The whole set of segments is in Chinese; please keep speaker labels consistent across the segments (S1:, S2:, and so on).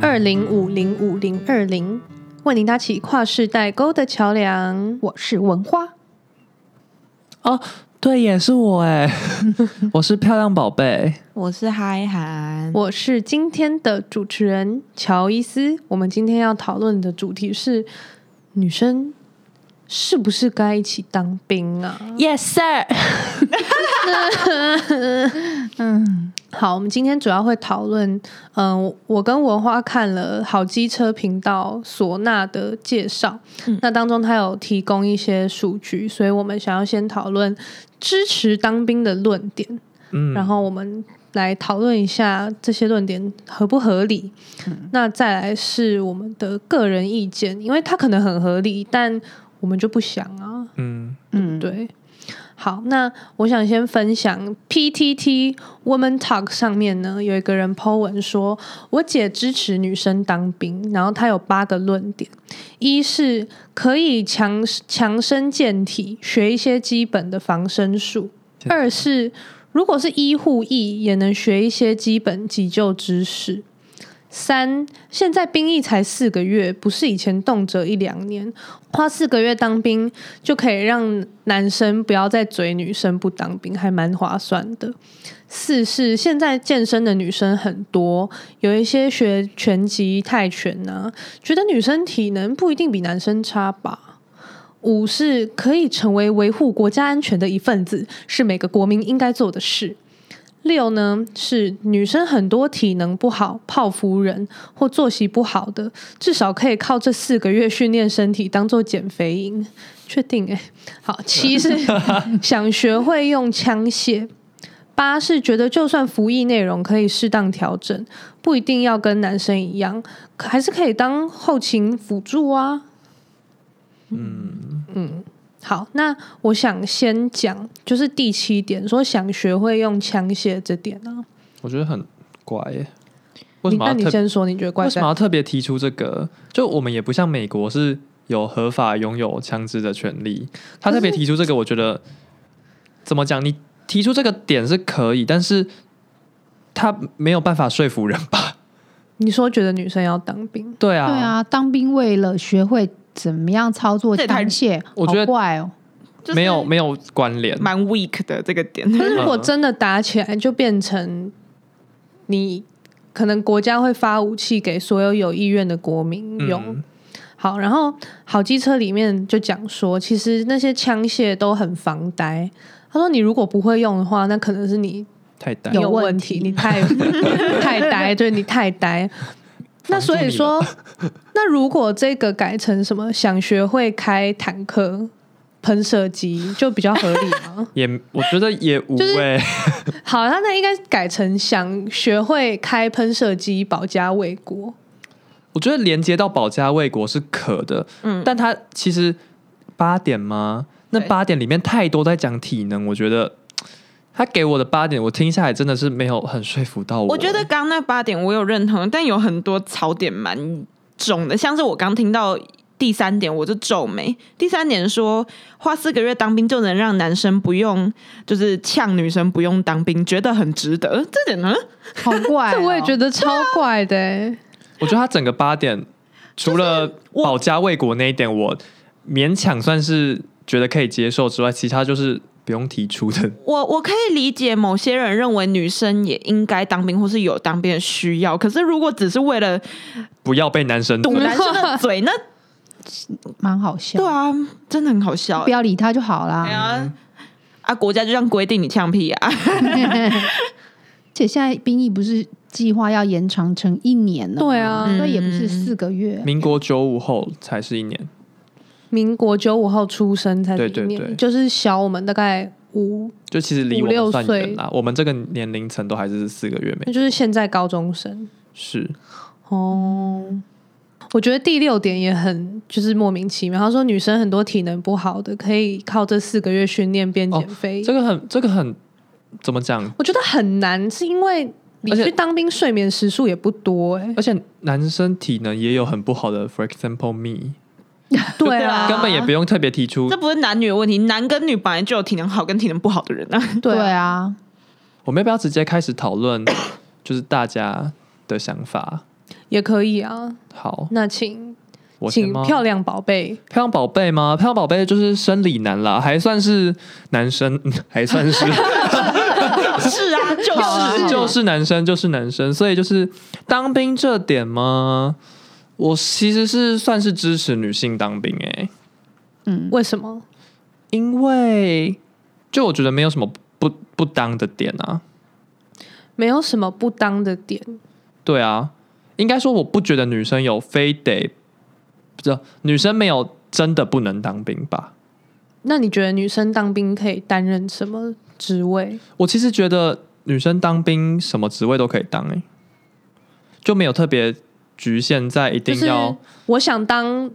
S1: 二零五零五零二零，为您搭起跨世代沟的桥梁。我是文花，
S2: 哦，对耶，是 我哎，我是漂亮宝贝。
S3: 我是嗨涵，
S1: 我是今天的主持人乔伊斯。我们今天要讨论的主题是：女生是不是该一起当兵啊？
S3: Yes sir，
S1: 好，我们今天主要会讨论，嗯、我我跟文花看了好机车频道唢呐的介绍，那当中他有提供一些数据，所以我们想要先讨论支持当兵的论点，
S2: 嗯，
S1: 然后我们来讨论一下这些论点合不合理。那再来是我们的个人意见，因为它可能很合理，但我们就不想啊。
S2: 嗯，
S3: 嗯，
S1: 对，好，那我想先分享 PTT Woman Talk 上面呢有一个人 po 文说，我姐支持女生当兵，然后她有八个论点，一是可以强强身健体，学一些基本的防身术；
S2: 健
S1: 二是如果是医护役，也能学一些基本急救知识。三，现在兵役才四个月，不是以前动辄一两年，花四个月当兵就可以让男生不要再追女生不当兵，还蛮划算的。四是现在健身的女生很多，有一些学拳击、泰拳呐、觉得女生体能不一定比男生差吧。五是可以成为维护国家安全的一份子，是每个国民应该做的事。六呢是女生很多体能不好、泡芙人或作息不好的，至少可以靠这四个月训练身体当做减肥营。确定哎、好，七 是想学会用枪械。八是觉得就算服役内容可以适当调整，不一定要跟男生一样，可还是可以当后勤辅助啊。
S2: 嗯
S1: 嗯好，那我想先讲，就是第七点，说想学会用枪械这点呢、啊。
S2: 我觉得很怪耶。为
S1: 你
S2: 什么
S1: 那
S2: 要
S1: 你
S2: 特
S1: 先说，你觉得怪
S2: 为什
S1: 在
S2: 么要特别提出这个？就我们也不像美国是有合法拥有枪支的权利，他特别提出这个，我觉得怎么讲？你提出这个点是可以，但是他没有办法说服人吧？
S1: 你说觉得女生要当兵，
S2: 对啊，
S4: 对啊，当兵为了学会怎么样操作
S3: 这也
S4: 枪
S3: 太
S4: 械，
S2: 我觉得
S4: 好怪哦。
S3: 就是
S2: 没有没有关联。
S3: 蛮 weak 的这个点，
S1: 可是如果
S2: 嗯
S1: 真的打起来，就变成你可能国家会发武器给所有有意愿的国民用。
S2: 嗯
S1: 好，然后好机车里面就讲说，其实那些枪械都很防呆。他说，你如果不会用的话，那可能是你
S2: 太呆，？
S1: 有问题，你 太太呆，对你太呆。那所以说，那如果这个改成什么，想学会开坦克、喷射机，就比较合理吗
S2: 也我觉得也无
S1: 就是
S2: 谓。
S1: 好，那那应该改成想学会开喷射机，保家卫国。
S2: 我觉得连接到保家卫国是可的，
S3: 嗯
S2: 但它其实八点吗？那
S3: 对
S2: 八点里面太多在讲体能，我觉得他给我的八点，我听下来真的是没有很说服到我。
S3: 我觉得刚刚那八点我有认同，但有很多槽点蛮重的，像是我刚听到第三点我就皱眉。第三点说花四个月当兵就能让男生不用，就是呛女生不用当兵，觉得很值得。这点呢，
S4: 好怪、哦，
S1: 这我也觉得超怪的、欸。
S2: 我觉得他整个八点，除了
S3: 我
S2: 保家卫国那一点，我勉强算是觉得可以接受之外，其他就是不用提出的。
S3: 我我可以理解某些人认为女生也应该当兵，或是有当兵的需要。可是如果只是为了
S2: 不要被男生
S3: 堵男生的嘴，那
S4: 蛮好笑
S3: 对。啊，真的很好笑
S4: 不。要理他就好
S3: 对
S4: 啦。
S3: 啊，啊，国家就这样规定你呛屁啊。
S4: 而且现在兵役不是计划要延长成一年了吗，
S1: 对啊
S4: 所以也不是四个月。
S2: 民国九五后才是一年，
S1: 民国九五后出生才
S2: 对
S1: 几
S2: 对
S1: 年，
S2: 对
S1: 就是小我们大概五，
S2: 就其实离
S1: 五
S2: 我们
S1: 六
S2: 算
S1: 岁
S2: 远啦。我们这个年龄层都还是四个月没
S1: 那就是现在高中生。
S2: 是。
S1: 哦，我觉得第六点也很就是莫名其妙。他说女生很多体能不好的，可以靠这四个月训练变减肥。
S2: 哦这个很，这个很怎么讲？
S1: 我觉得很难，是因为你
S2: 而且
S1: 去当兵睡眠时数也不多 哎、
S2: 而且男生体能也有很不好的，for example me，
S1: 对
S3: 啊
S2: 根本也不用特别提出
S3: 这。不是男女的问题，男跟女本来就有体能好跟体能不好的人 啊。
S1: 对啊
S4: 啊，
S2: 我们要不要直接开始讨论，就是大家的想法？
S1: 也可以啊。
S2: 好，
S1: 那请
S2: 我先
S1: 请
S2: 吗？
S1: 漂亮宝贝，
S2: 漂亮宝贝吗？漂亮宝贝就是生理男啦，还算是男生， 还算是
S3: 是 啊， 就是是
S2: 就是男生，就是男生。所以就是当兵这点嘛，我其实是算是支持女性当兵欸诶、
S4: 嗯，
S1: 为什么？
S2: 因为就我觉得没有什么不不当的点啊。
S1: 没有什么不当的点，
S2: 对啊，应该说我不觉得女生有非得，不知道女生没有真的不能当兵吧？
S1: 那你觉得女生当兵可以担任什么职位？
S2: 我其实觉得女生当兵什么职位都可以当、欸，就没有特别局限在一
S1: 就
S2: 定
S1: 是
S2: 要、
S1: 我想当，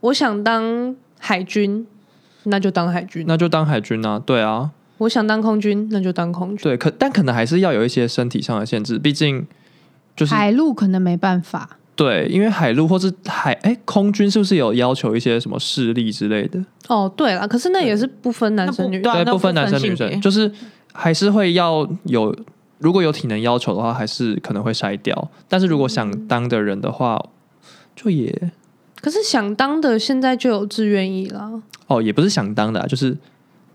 S1: 我想当海军，那就当海军；
S2: 那就当海军啊，对啊，
S1: 我想当空军，那就当空军。
S2: 对，可但可能还是要有一些身体上的限制，毕竟就是
S4: 海陆可能没办法，
S2: 对，因为海陆或是海哎、空军是不是有要求一些什么视力之类的？
S1: 哦，对了，可是那也是不分男生女
S3: 那不对
S1: 生。
S3: 啊
S2: 对，不分
S3: 那
S2: 男
S3: 不分
S2: 生女
S3: 性别
S2: 生，就是还是会要有，如果有体能要求的话，还是可能会筛掉。但是如果想当的人的话，就也
S1: 可是想当的现在就有志愿役啦。
S2: 哦，也不是想当的、啊，就是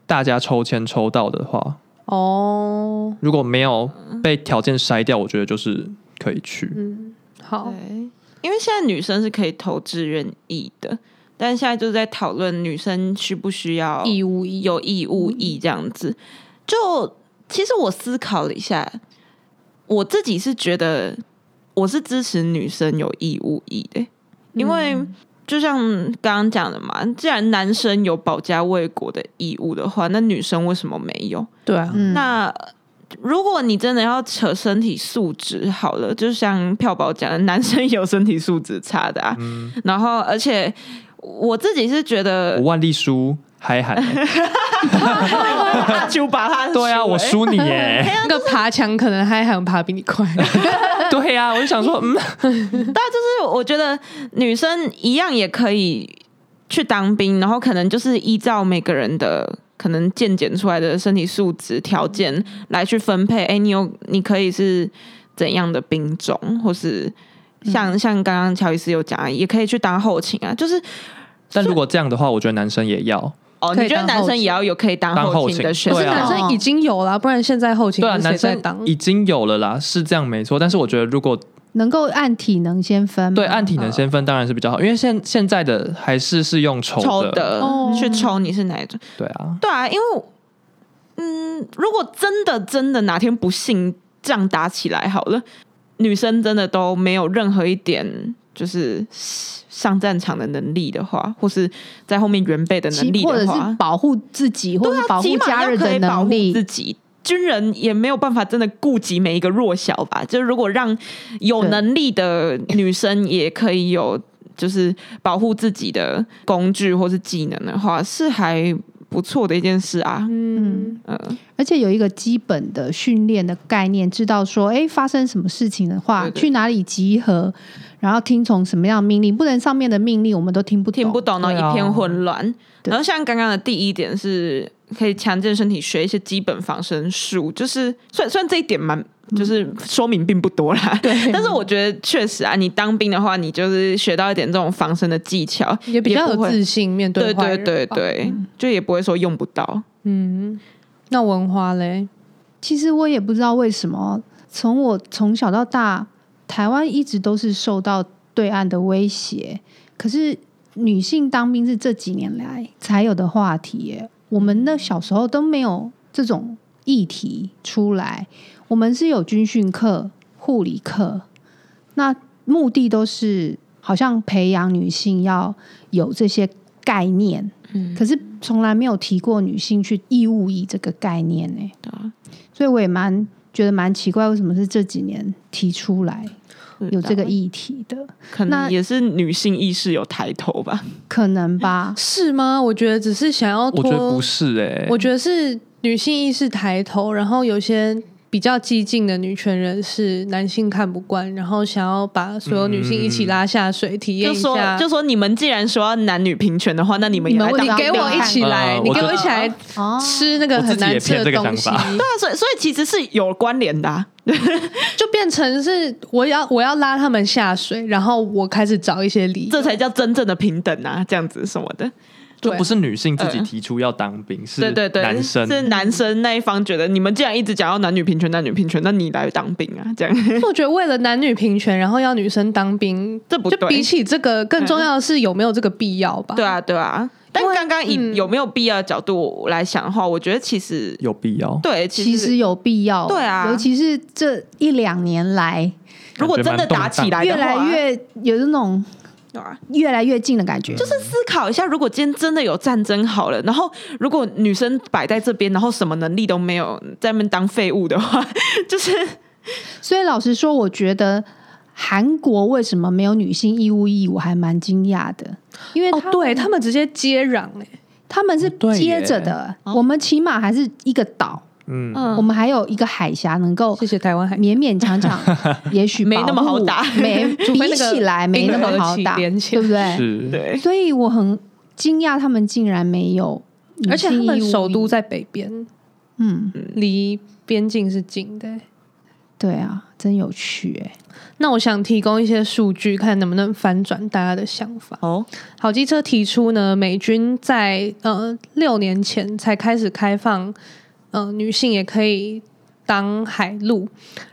S2: 大家抽签抽到的话，
S1: 哦，
S2: 如果没有被条件筛掉，我觉得就是可以去。
S1: 嗯，好，
S3: 对，因为现在女生是可以投志愿役的，但现在就是在讨论女生需不需要
S1: 义务役
S3: 有义务
S2: 嗯
S3: 役这样子。就其实我思考了一下，我自己是觉得我是支持女生有义务役
S2: 嗯
S3: 的，因为就像刚刚讲的嘛，既然男生有保家卫国的义务的话，那女生为什么没有？
S1: 对啊，
S4: 嗯，
S3: 那如果你真的要扯身体素质，好了，就像票宝讲的，男生有身体素质差的啊。
S2: 嗯
S3: 然后，而且我自己是觉
S2: 我
S3: 得，
S2: 万历输海喊，
S3: 他就把他的
S2: 对啊，
S3: 书
S2: 我
S3: 欸
S2: 输你耶，
S1: 那个爬墙可能还很爬比你 快。
S2: 对啊，我就想说，嗯，
S3: 就是我觉得女生一样也可以去当兵，然后可能就是依照每个人的可能健检出来的身体素质条件来去分配。哎，你有你可以是怎样的兵种，或是像、像刚刚乔伊斯有讲啊，也可以去当后勤啊，就是
S2: 但如果这样的话，我觉得男生也要。
S3: 哦，
S1: 可以
S3: 你觉
S1: 当
S3: 得男
S1: 后
S3: 生
S1: 勤
S3: 也要有可以当
S2: 当后
S3: 后
S2: 勤
S3: 的选
S1: 可
S3: 择？
S1: 是
S2: 对啊
S1: 男生已经有啦，不然现在后勤
S2: 对啊，
S1: 是谁
S2: 男
S1: 在
S2: 生
S1: 当？
S2: 已经有了啦，是这样没错。但是我觉得，如果
S4: 能够按体能先分吗，
S2: 对按体能先分，当然是比较好，因为现现在的还是是用抽的。
S3: 抽的、
S1: 哦
S3: 去抽你是哪一种？
S2: 对啊，
S3: 对啊，因为我嗯，如果真的真的哪天不幸这样打起来好了，女生真的都没有任何一点就是上战场的能力的话，或是在后面援备的能力
S4: 起或者
S3: 的
S4: 是
S3: 话，
S4: 保护自己，或
S3: 对
S4: 者是
S3: 啊，
S4: 保护
S3: 起码
S4: 家
S3: 要
S4: 人
S3: 可
S4: 的
S3: 以保
S4: 能
S3: 护
S4: 力
S3: 自，己。军人也没有办法真的顾及每一个弱小吧，就是如果让有
S4: 对
S3: 能力的女生也可以有就是保护自己的工具或是技能的话，是还不错的一件事啊。
S1: 嗯，
S3: 嗯，
S4: 而且有一个基本的训练的概念，知道说，哎，发生什么事情的话，
S3: 对对
S4: 去哪里集合，然后听从什么样的命令，不能上面的命令我们都听不懂，
S3: 听不懂，然
S2: 对
S3: 后
S2: 啊
S3: 一片混乱。
S4: 对
S3: 然后像刚刚的第一点是可以强健身体，学一些基本防身术，就是虽然虽然这一点蛮就是说明并不 多啦，对、但是我觉得确实啊，你当兵的话，你就是学到一点这种防身的技巧，
S1: 也比较
S3: 也
S1: 有
S3: 不会
S1: 自信面
S3: 对
S1: 坏
S3: 对
S1: 人哦
S3: 对
S1: 吧。
S3: 对，就也不会说用不到。
S1: 嗯，那文花嘞？，
S4: 其实我也不知道为什么，从我从小到大，台湾一直都是受到对岸的威胁。可是女性当兵是这几年来才有的话题耶，我们那小时候都没有这种议题出来。我们是有军训课、护理课，那目的都是好像培养女性要有这些概念，
S3: 嗯
S4: 可是从来没有提过女性去义务役这个概念呢、
S3: 对啊，
S4: 所以我也蛮觉得蛮奇怪，为什么是这几年提出来
S3: 嗯
S4: 有这
S3: 啊
S4: 个议题的？
S3: 可
S4: 那
S3: 能也是女性意识有抬头吧。
S4: 可能吧
S1: 是吗？我觉得只是想要
S2: 我
S1: 拖，
S2: 觉得不是哎、
S1: 我觉得是女性意识抬头，然后有些比较激进的女权人士，男性看不惯，然后想要把所有女性一起拉下水，体验
S3: 就
S1: 一
S3: 说
S1: 下。
S3: 就说你们既然说要男女平权的话，那你们也
S4: 你
S3: 来
S4: 们
S3: 当
S4: 为
S1: 你
S3: 兵
S4: 什
S3: 啊。
S4: 么
S1: 给我一起来，
S2: 嗯
S1: 你
S2: 我
S1: 给
S2: 觉
S1: 我一
S2: 得
S1: 起来
S4: 哦，
S1: 吃那个
S2: 我自
S1: 很
S2: 己也
S1: 难吃
S2: 骗这
S1: 的
S2: 个
S1: 东西
S2: 想，法
S3: 对啊，所以所以其实是有关联的、啊。
S1: 就变成是我要我要拉他们下水，然后我开始找一些理由，
S3: 这才叫真正的平等啊，这样子什么的。
S2: 就
S1: 对
S2: 不是女性自己
S3: 嗯
S2: 提出要当兵，是
S3: 对对对，
S2: 男生
S3: 是男生那一方觉得你们既然一直讲要男女平权，男女平权，那你来当兵啊，这样
S1: 所以我觉得为了男女平权，然后要女生当兵，
S3: 这不
S1: 就
S3: 对。嗯
S1: 比起这个更重要的是有没有这个必要吧？
S3: 对啊，对啊。但
S1: 因为
S3: 刚刚以
S1: 嗯
S3: 有没有必要的角度来想的话，我觉得其实
S2: 有必要。
S3: 对，
S4: 其
S3: 实
S4: 实有必要，
S3: 对啊
S4: 尤其是这一两年来，
S3: 如果真的打起来
S4: 越
S3: 的话，
S4: 来越有那种
S3: 对啊
S4: 越来越近的感觉，就是
S3: 思考一下，如果今天真的有战争好了，然后如果女生摆在这边，然后什么能力都没有，在那边当废物的话，就是
S4: 所以老实说，我觉得韩国为什么没有女性义务役，我还蛮惊讶的，因为
S1: 哦，对他们直接接壤哎、
S4: 他们是
S3: 哦
S2: 对耶
S4: 接着的，我们起码还是一个岛，
S2: 嗯，
S4: 我们还有一个海峡能够
S1: 哦谢谢台湾海，
S4: 勉勉强强， 也许
S3: 没那么好打
S4: 保护没
S1: 除非
S4: 比
S1: 那个
S4: 起来没那么好
S1: 冰河
S4: 打，
S1: 期连起
S4: 对
S1: 来
S4: 不
S2: 是，
S4: 嗯对？
S3: 对，
S4: 所以我很惊讶，他们竟然没有女性义务役，
S1: 而且他们首都在北边，
S4: 嗯，
S1: 离边境是近的欸、
S4: 对啊，真有趣哎、
S1: 那我想提供一些数据，看能不能反转大家的想法。
S3: 哦，
S1: 好机车提出呢，美军在呃六年前才开始开放，呃女性也可以当海陆，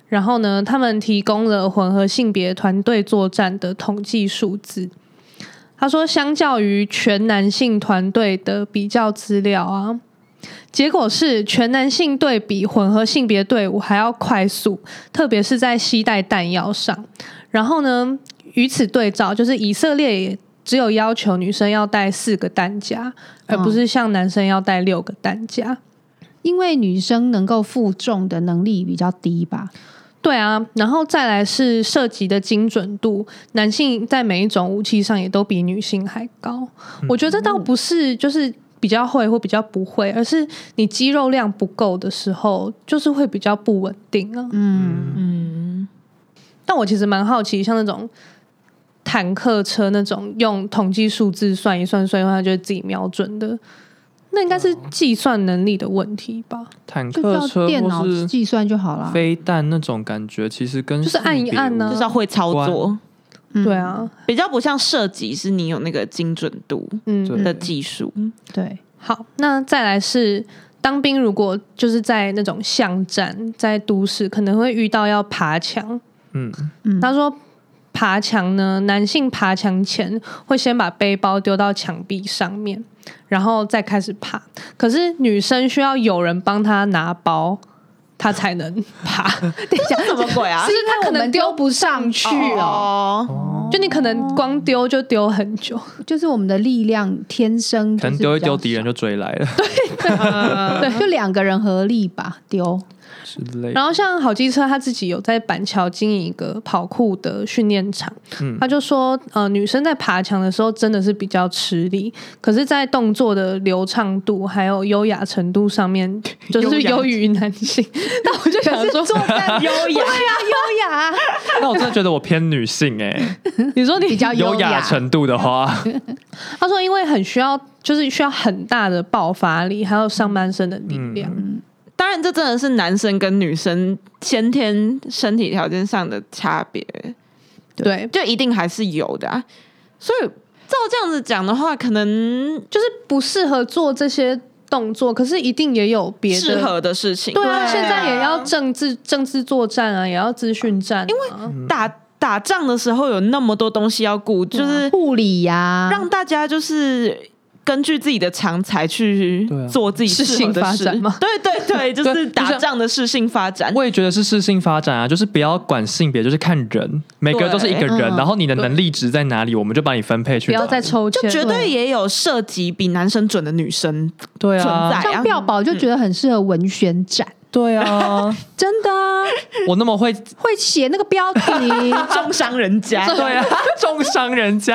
S1: 然后呢，他们提供了混合性别团队作战的统计数字。他说，相较于全男性团队的比较资料啊，结果是全男性对比混合性别队伍还要快速，特别是在携带弹药上。然后呢，与此对照，就是以色列也只有要求女生要带四个弹夹，而不是像男生要带六个弹夹。
S4: 因为女生能够负重的能力比较低吧，
S1: 对啊，然后再来是射击的精准度，男性在每一种武器上也都比女性还高。我觉得这倒不是就是比较会或比较不会，而是你肌肉量不够的时候，就是会比较不稳定啊。
S4: 嗯，
S3: 嗯，
S1: 但我其实蛮好奇，像那种坦克车那种用统计数字算一算算一算，它就会自己瞄准的，那应该是计算能力的问题吧？
S2: 坦
S4: 就
S2: 克
S4: 叫
S2: 车
S4: 电
S2: 或
S4: 脑
S2: 是
S4: 计算就好了。
S2: 飞弹那种感觉，其实跟
S1: 就是按一按
S2: 呢
S1: 啊，
S3: 就是要会操作，
S4: 嗯
S1: 对，啊，
S3: 比较不像射击，是你有那个精准度
S1: 嗯，
S2: 对
S3: 的技术。
S4: 对，
S1: 好，那再来是。当兵如果就是在那种巷战，在都市可能会遇到要爬墙。
S2: 嗯，
S4: 嗯，
S1: 他说爬墙呢，男性爬墙前会先把背包丢到墙壁上面，然后再开始爬。可是女生需要有人帮她拿包，她才能爬。
S3: 等一下，什么鬼啊
S1: 就？是她可能丢不上去哦。
S3: 哦，
S1: 就你可能光丢就丢很久，
S4: 就是我们的力量天生
S2: 可
S4: 就是
S2: 能
S4: 比较
S2: 丢一丢，敌人就追来了
S4: 对，就两个人合力吧， 丢
S2: 之类的。
S1: 然后像好机车他自己有在板桥经营一个跑酷的训练场，
S2: 嗯
S1: 他就说，呃，女生在爬墙的时候真的是比较吃力，可是，在动作的流畅度还有优雅程度上面， 就是
S3: 优雅
S1: 优于男性。 那我就想说，
S3: 优雅，
S4: 啊优雅，
S2: 那我真的觉得我偏女性哎，
S1: 你说你
S4: 比较
S2: 优雅
S4: 雅，
S2: 程度的话，
S1: 他说，因为很需要，就是需要很大的爆发力，还有上半身的力量。
S3: 当然，这真的是男生跟女生先天身体条件上的差别，
S1: 对，
S3: 就一定还是有的啊。所以照这样子讲的话，可能
S1: 就是不适合做这些动作，可是一定也有别的
S3: 适。合的事情。
S1: 对啊，
S4: 对
S1: 现在也要政治政治作战啊，也要资讯战、啊，因为
S2: 嗯
S3: 打打仗的时候有那么多东西要顾，
S1: 啊
S3: 就是
S4: 护理呀，
S3: 让大家就是。根据自己的常才去
S2: 对啊
S3: 做自己适合的
S1: 适性发
S3: 事
S1: 展吗
S3: 对对对，就
S2: 对
S3: 是
S2: 就
S3: 打
S2: 像
S3: 仗的事性发展。
S2: 我也觉得是适性发展啊，就是不要管性别，就是看人，每个人都是一个
S4: 对
S2: 人，
S4: 嗯
S2: 然后你的能力值在哪里，我们就把你分配去
S1: 不
S2: 哪里。
S1: 要再抽
S3: 就
S1: 签，
S3: 绝对也有涉及比男生准的女生
S2: 对
S3: 存在
S2: 啊，
S3: 啊
S4: 像。表宝就觉得很适合文宣展，
S2: 对啊，
S4: 真的啊，
S2: 我那么会，
S4: 会写那个标题，
S3: 重伤人家，
S2: 对啊，重伤人家，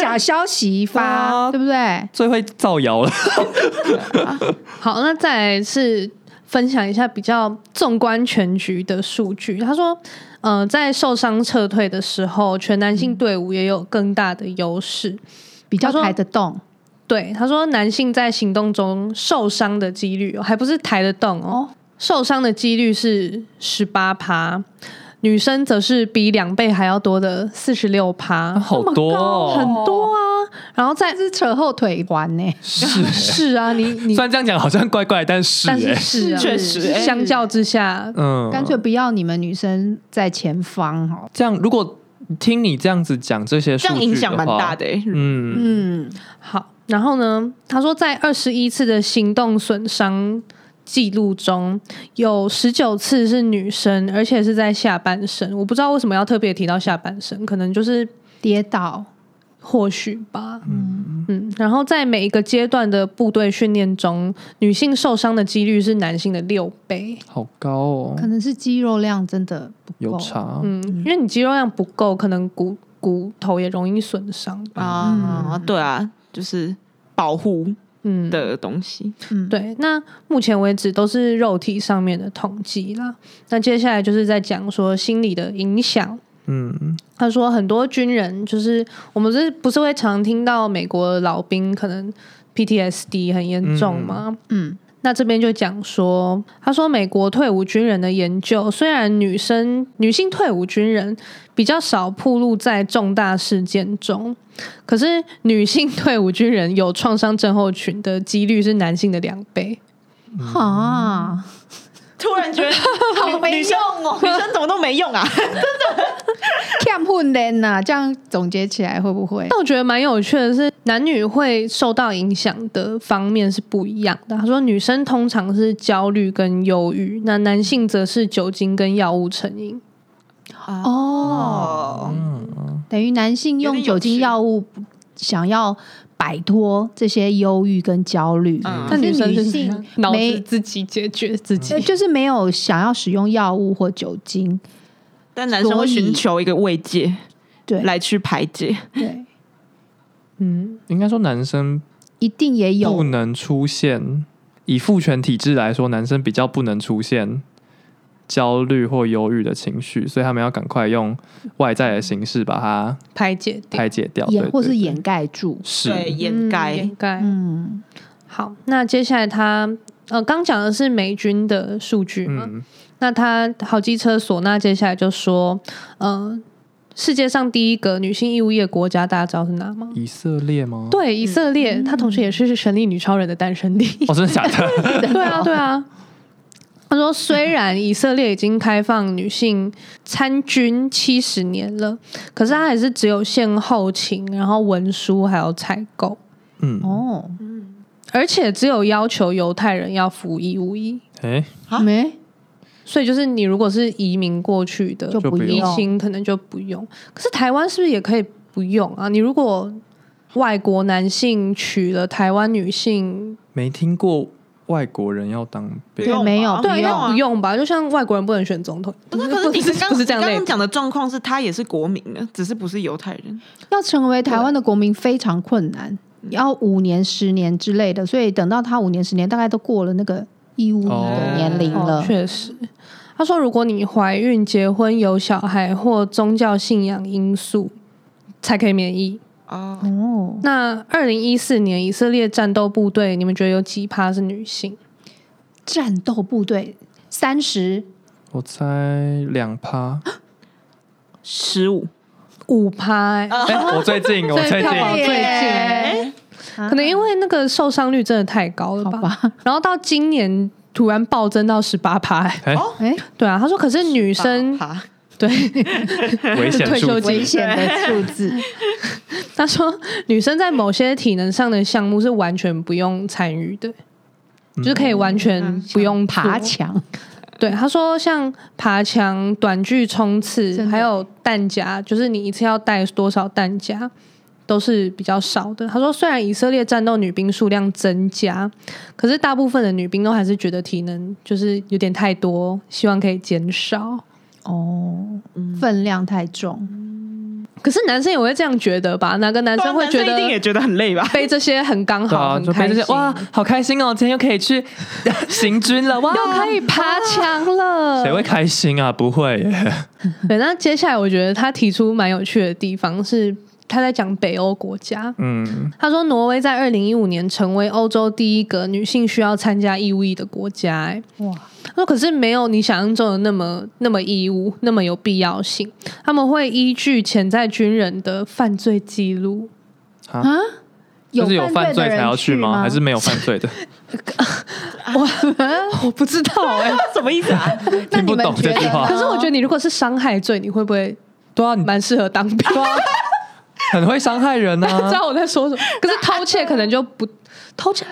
S4: 假消息发，
S2: 哇
S4: 对不对？
S2: 最会造谣了。
S1: 好，那再来是。分享一下比较纵观全局的数据。他说，呃，在受伤撤退的时候，全男
S3: 嗯
S1: 性队伍也有更大的优势。
S4: 比较
S1: 他说
S4: 抬得动
S1: 对，他说男性在行动中受伤的几率、哦，还不是抬得动哦，受伤的几率是十八趴，女生则是比两倍还要多的四十六趴，
S2: 好多、哦，
S1: 很多啊。然后在
S4: 这是扯后腿环呢、
S2: 嗯是。
S1: 是啊，你 你
S2: 虽，然这样讲好像怪怪，但是
S1: 但是
S2: 哎、
S1: 是啊，
S3: 确实哎
S1: 相较之下，
S2: 嗯，
S4: 干脆不要你们女生在前方哦。
S2: 这样如果听你这样子讲这些数据的
S3: 这样
S2: 话，
S3: 影响蛮大的、欸。
S2: 嗯，
S4: 嗯，
S1: 好，然后呢？他说，在二十一次的行动损伤记录中，有十九次是女生，而且是在下半身。我不知道为什么要特别提到下半身，可能就是
S4: 跌倒，
S1: 或许吧。嗯嗯。然后在每一个阶段的部队训练中，女性受伤的几率是男性的六倍。
S2: 好高哦
S4: 可，能是肌肉量真的不
S2: 有
S4: 够。
S2: 差。
S1: 嗯，因为你肌肉量不够，可能骨骨头也容易损伤吧。
S2: 嗯
S3: 啊、对啊，就是保护
S1: 嗯，
S3: 的东西。
S4: 嗯，
S1: 对，那目前为止都是肉体上面的统计啦。那接下来就是在讲说心理的影响。
S2: 嗯，
S1: 他说，很多军人就是我们是不是会常听到美国老兵可能 PTSD 很严重吗？
S4: 嗯，
S1: 那这边就讲说，他说美国退伍军人的研究，虽然女生女性退伍军人比较少暴露在重大事件中，可是女性退伍军人有创伤症候群的几率是男性的两倍。
S4: 哈、
S3: 突然觉 得好没用哦，女生怎么都没用 啊？
S4: 欠混人呐、这样总结起来会不会？
S1: 但我觉得蛮有趣的是，男女会受到影响的方面是不一样的。他说，女生通常是焦虑跟忧郁，那男性则是酒精跟药物成瘾。
S4: 哦，
S3: 哦，
S4: 等于男性
S3: 有点
S4: 用
S3: 有
S4: 酒精
S3: 趣
S4: 药物想要摆脱这些忧郁跟焦虑，
S3: 嗯
S4: 可
S1: 但
S4: 是
S1: 女生
S4: 女
S1: 就是
S4: 性
S1: 脑子
S4: 没
S1: 自己解决自己
S4: 呃，就是没有想要使用药物或酒精。
S3: 但男生会寻求一个慰藉
S4: 对
S3: 来去排解。
S4: 对，
S1: 嗯，
S2: 应该说男生
S4: 一定也
S2: 不
S4: 有
S2: 能出现，以父权体制来说，男生比较不能出现焦虑或忧郁的情绪，所以他们要赶快用外在的形式把它
S1: 排解掉。
S2: 排解掉，
S4: 掩
S2: 对
S4: 或是
S2: 对
S4: 掩盖住。
S2: 是
S3: 对，掩
S1: 嗯
S3: 盖、
S1: 掩盖。
S4: 嗯，
S1: 好，那接下来他呃刚讲的是美军的数据嘛，
S2: 嗯
S1: 那他好机车唢呐接下来就说，呃，世界上第一个女性义务业国家，大家知道是哪吗？
S2: 以色列吗？
S1: 对，以色列，它同时也是神力女超人的诞生地。
S2: 哦，真的假 的？
S4: 嗯
S1: 对啊，
S4: 哦
S1: 对啊。他说，虽然以色列已经开放女性参军七十年了，可是它还是只有限后勤，然后文书还有采购，
S2: 嗯，
S4: 哦，
S1: 而且只有要求犹太人要服义务役。
S2: 哎、
S3: 啊
S4: 没
S1: 所以就是你如果是移民过去的
S4: 就
S2: 就
S4: 不
S2: 不
S1: 移
S2: 用
S4: 用。
S1: 民，可能就不用。可是台湾是不是也可以不用啊？你如果外国男性娶了台湾女性，
S2: 没听过外国人要当兵
S3: 不用吧
S4: 没有
S1: 对啊，
S4: 不
S1: 应该
S4: 用啊
S1: 不用吧？就像外国人不能选总统，
S3: 不哦是，可是你
S1: 不是
S3: 刚
S1: 不是这样
S3: 你刚
S1: 类
S3: 刚讲的状况是他也是国民的，只是不是犹太人。
S4: 要成为台湾的国民非常困难，要五年、十年之类的，所以等到他五年、十年，大概都过了那个义务的年龄
S1: 哦
S4: 了。
S1: 确实，他说如果你怀孕、结婚、有小孩或宗教信仰因素，才可以免疫。
S3: 哦，
S4: 哦，
S1: 那二零一四年以色列战斗部队，你们觉得有几趴是女性？
S4: 战斗部队三十
S2: 我猜两 趴。
S3: 十五
S1: 五趴、欸，
S2: 哎、我最近，我最
S1: 票
S2: 近，
S1: 房最近、欸
S4: 耶
S1: 可能因为那个受伤率真的太高了
S4: 好
S1: 吧？
S4: 吧？
S1: 然后到今年突然暴增到十八趴，欸
S2: 哎、
S4: 哎，
S1: 对啊，他说可是女生
S3: 啊
S1: 对，
S2: 危险
S1: 退
S2: 数
S1: 休
S2: 字
S4: 危险的数 字，
S1: 他说女生在某些体能上的项目是完全不用参与的，
S2: 嗯
S1: 就是可以完
S3: 嗯
S1: 全不用做
S4: 爬。墙，
S1: 对，他说像爬墙、短距冲刺，
S4: 真的
S1: 还有弹夹，就是你一次要带多少弹夹。都是比较少的。他说，虽然以色列战斗女兵数量增加，可是大部分的女兵都还是觉得体能就是有点太
S4: 哦
S1: 多，希望可以减少。
S4: 嗯哦，分量太重，
S1: 可是男生也会这样觉得吧？哪个男
S3: 对啊
S1: 生会觉
S3: 男生一定也
S1: 得
S3: 觉得很累吧？
S1: 背这些很刚
S2: 对
S1: 好，
S2: 啊，
S1: 很
S2: 就被
S1: 开
S2: 这
S1: 心
S2: 些哇，好开心哦！今天又可以去 行军了 哇！
S1: 又可以爬墙了。
S2: 谁会开心啊？ 不会耶，
S1: 对，那接下来我觉得他提出蛮有趣的地方是，他在讲北欧国家。
S2: 嗯，
S1: 他说，挪威在二零一五年成为欧洲第一个女性需要参加义务役的国家、哎，
S4: 哇，
S1: 他说可是没有你想象中的那么那么义务，那么有必要性。他们会依据潜在军人的犯罪记录，
S2: 就是有犯罪
S4: 的
S2: 才
S4: 人
S2: 要去吗？
S4: 吗？
S2: 还是没有犯罪的？
S1: 我不知道哎、
S3: 什么意思啊？
S4: 那
S2: 听
S4: 你
S2: 不
S4: 们
S2: 懂
S4: 觉
S2: 这
S4: 得
S2: 句话
S4: 呢
S1: 可是我觉得你如果是伤害罪，你会不会
S2: 对啊，你
S1: 蛮适合当兵？
S2: 对啊，很会伤害人
S1: 知
S2: 啊。
S1: 道我在说什么？可是偷窃可能就不偷 窃，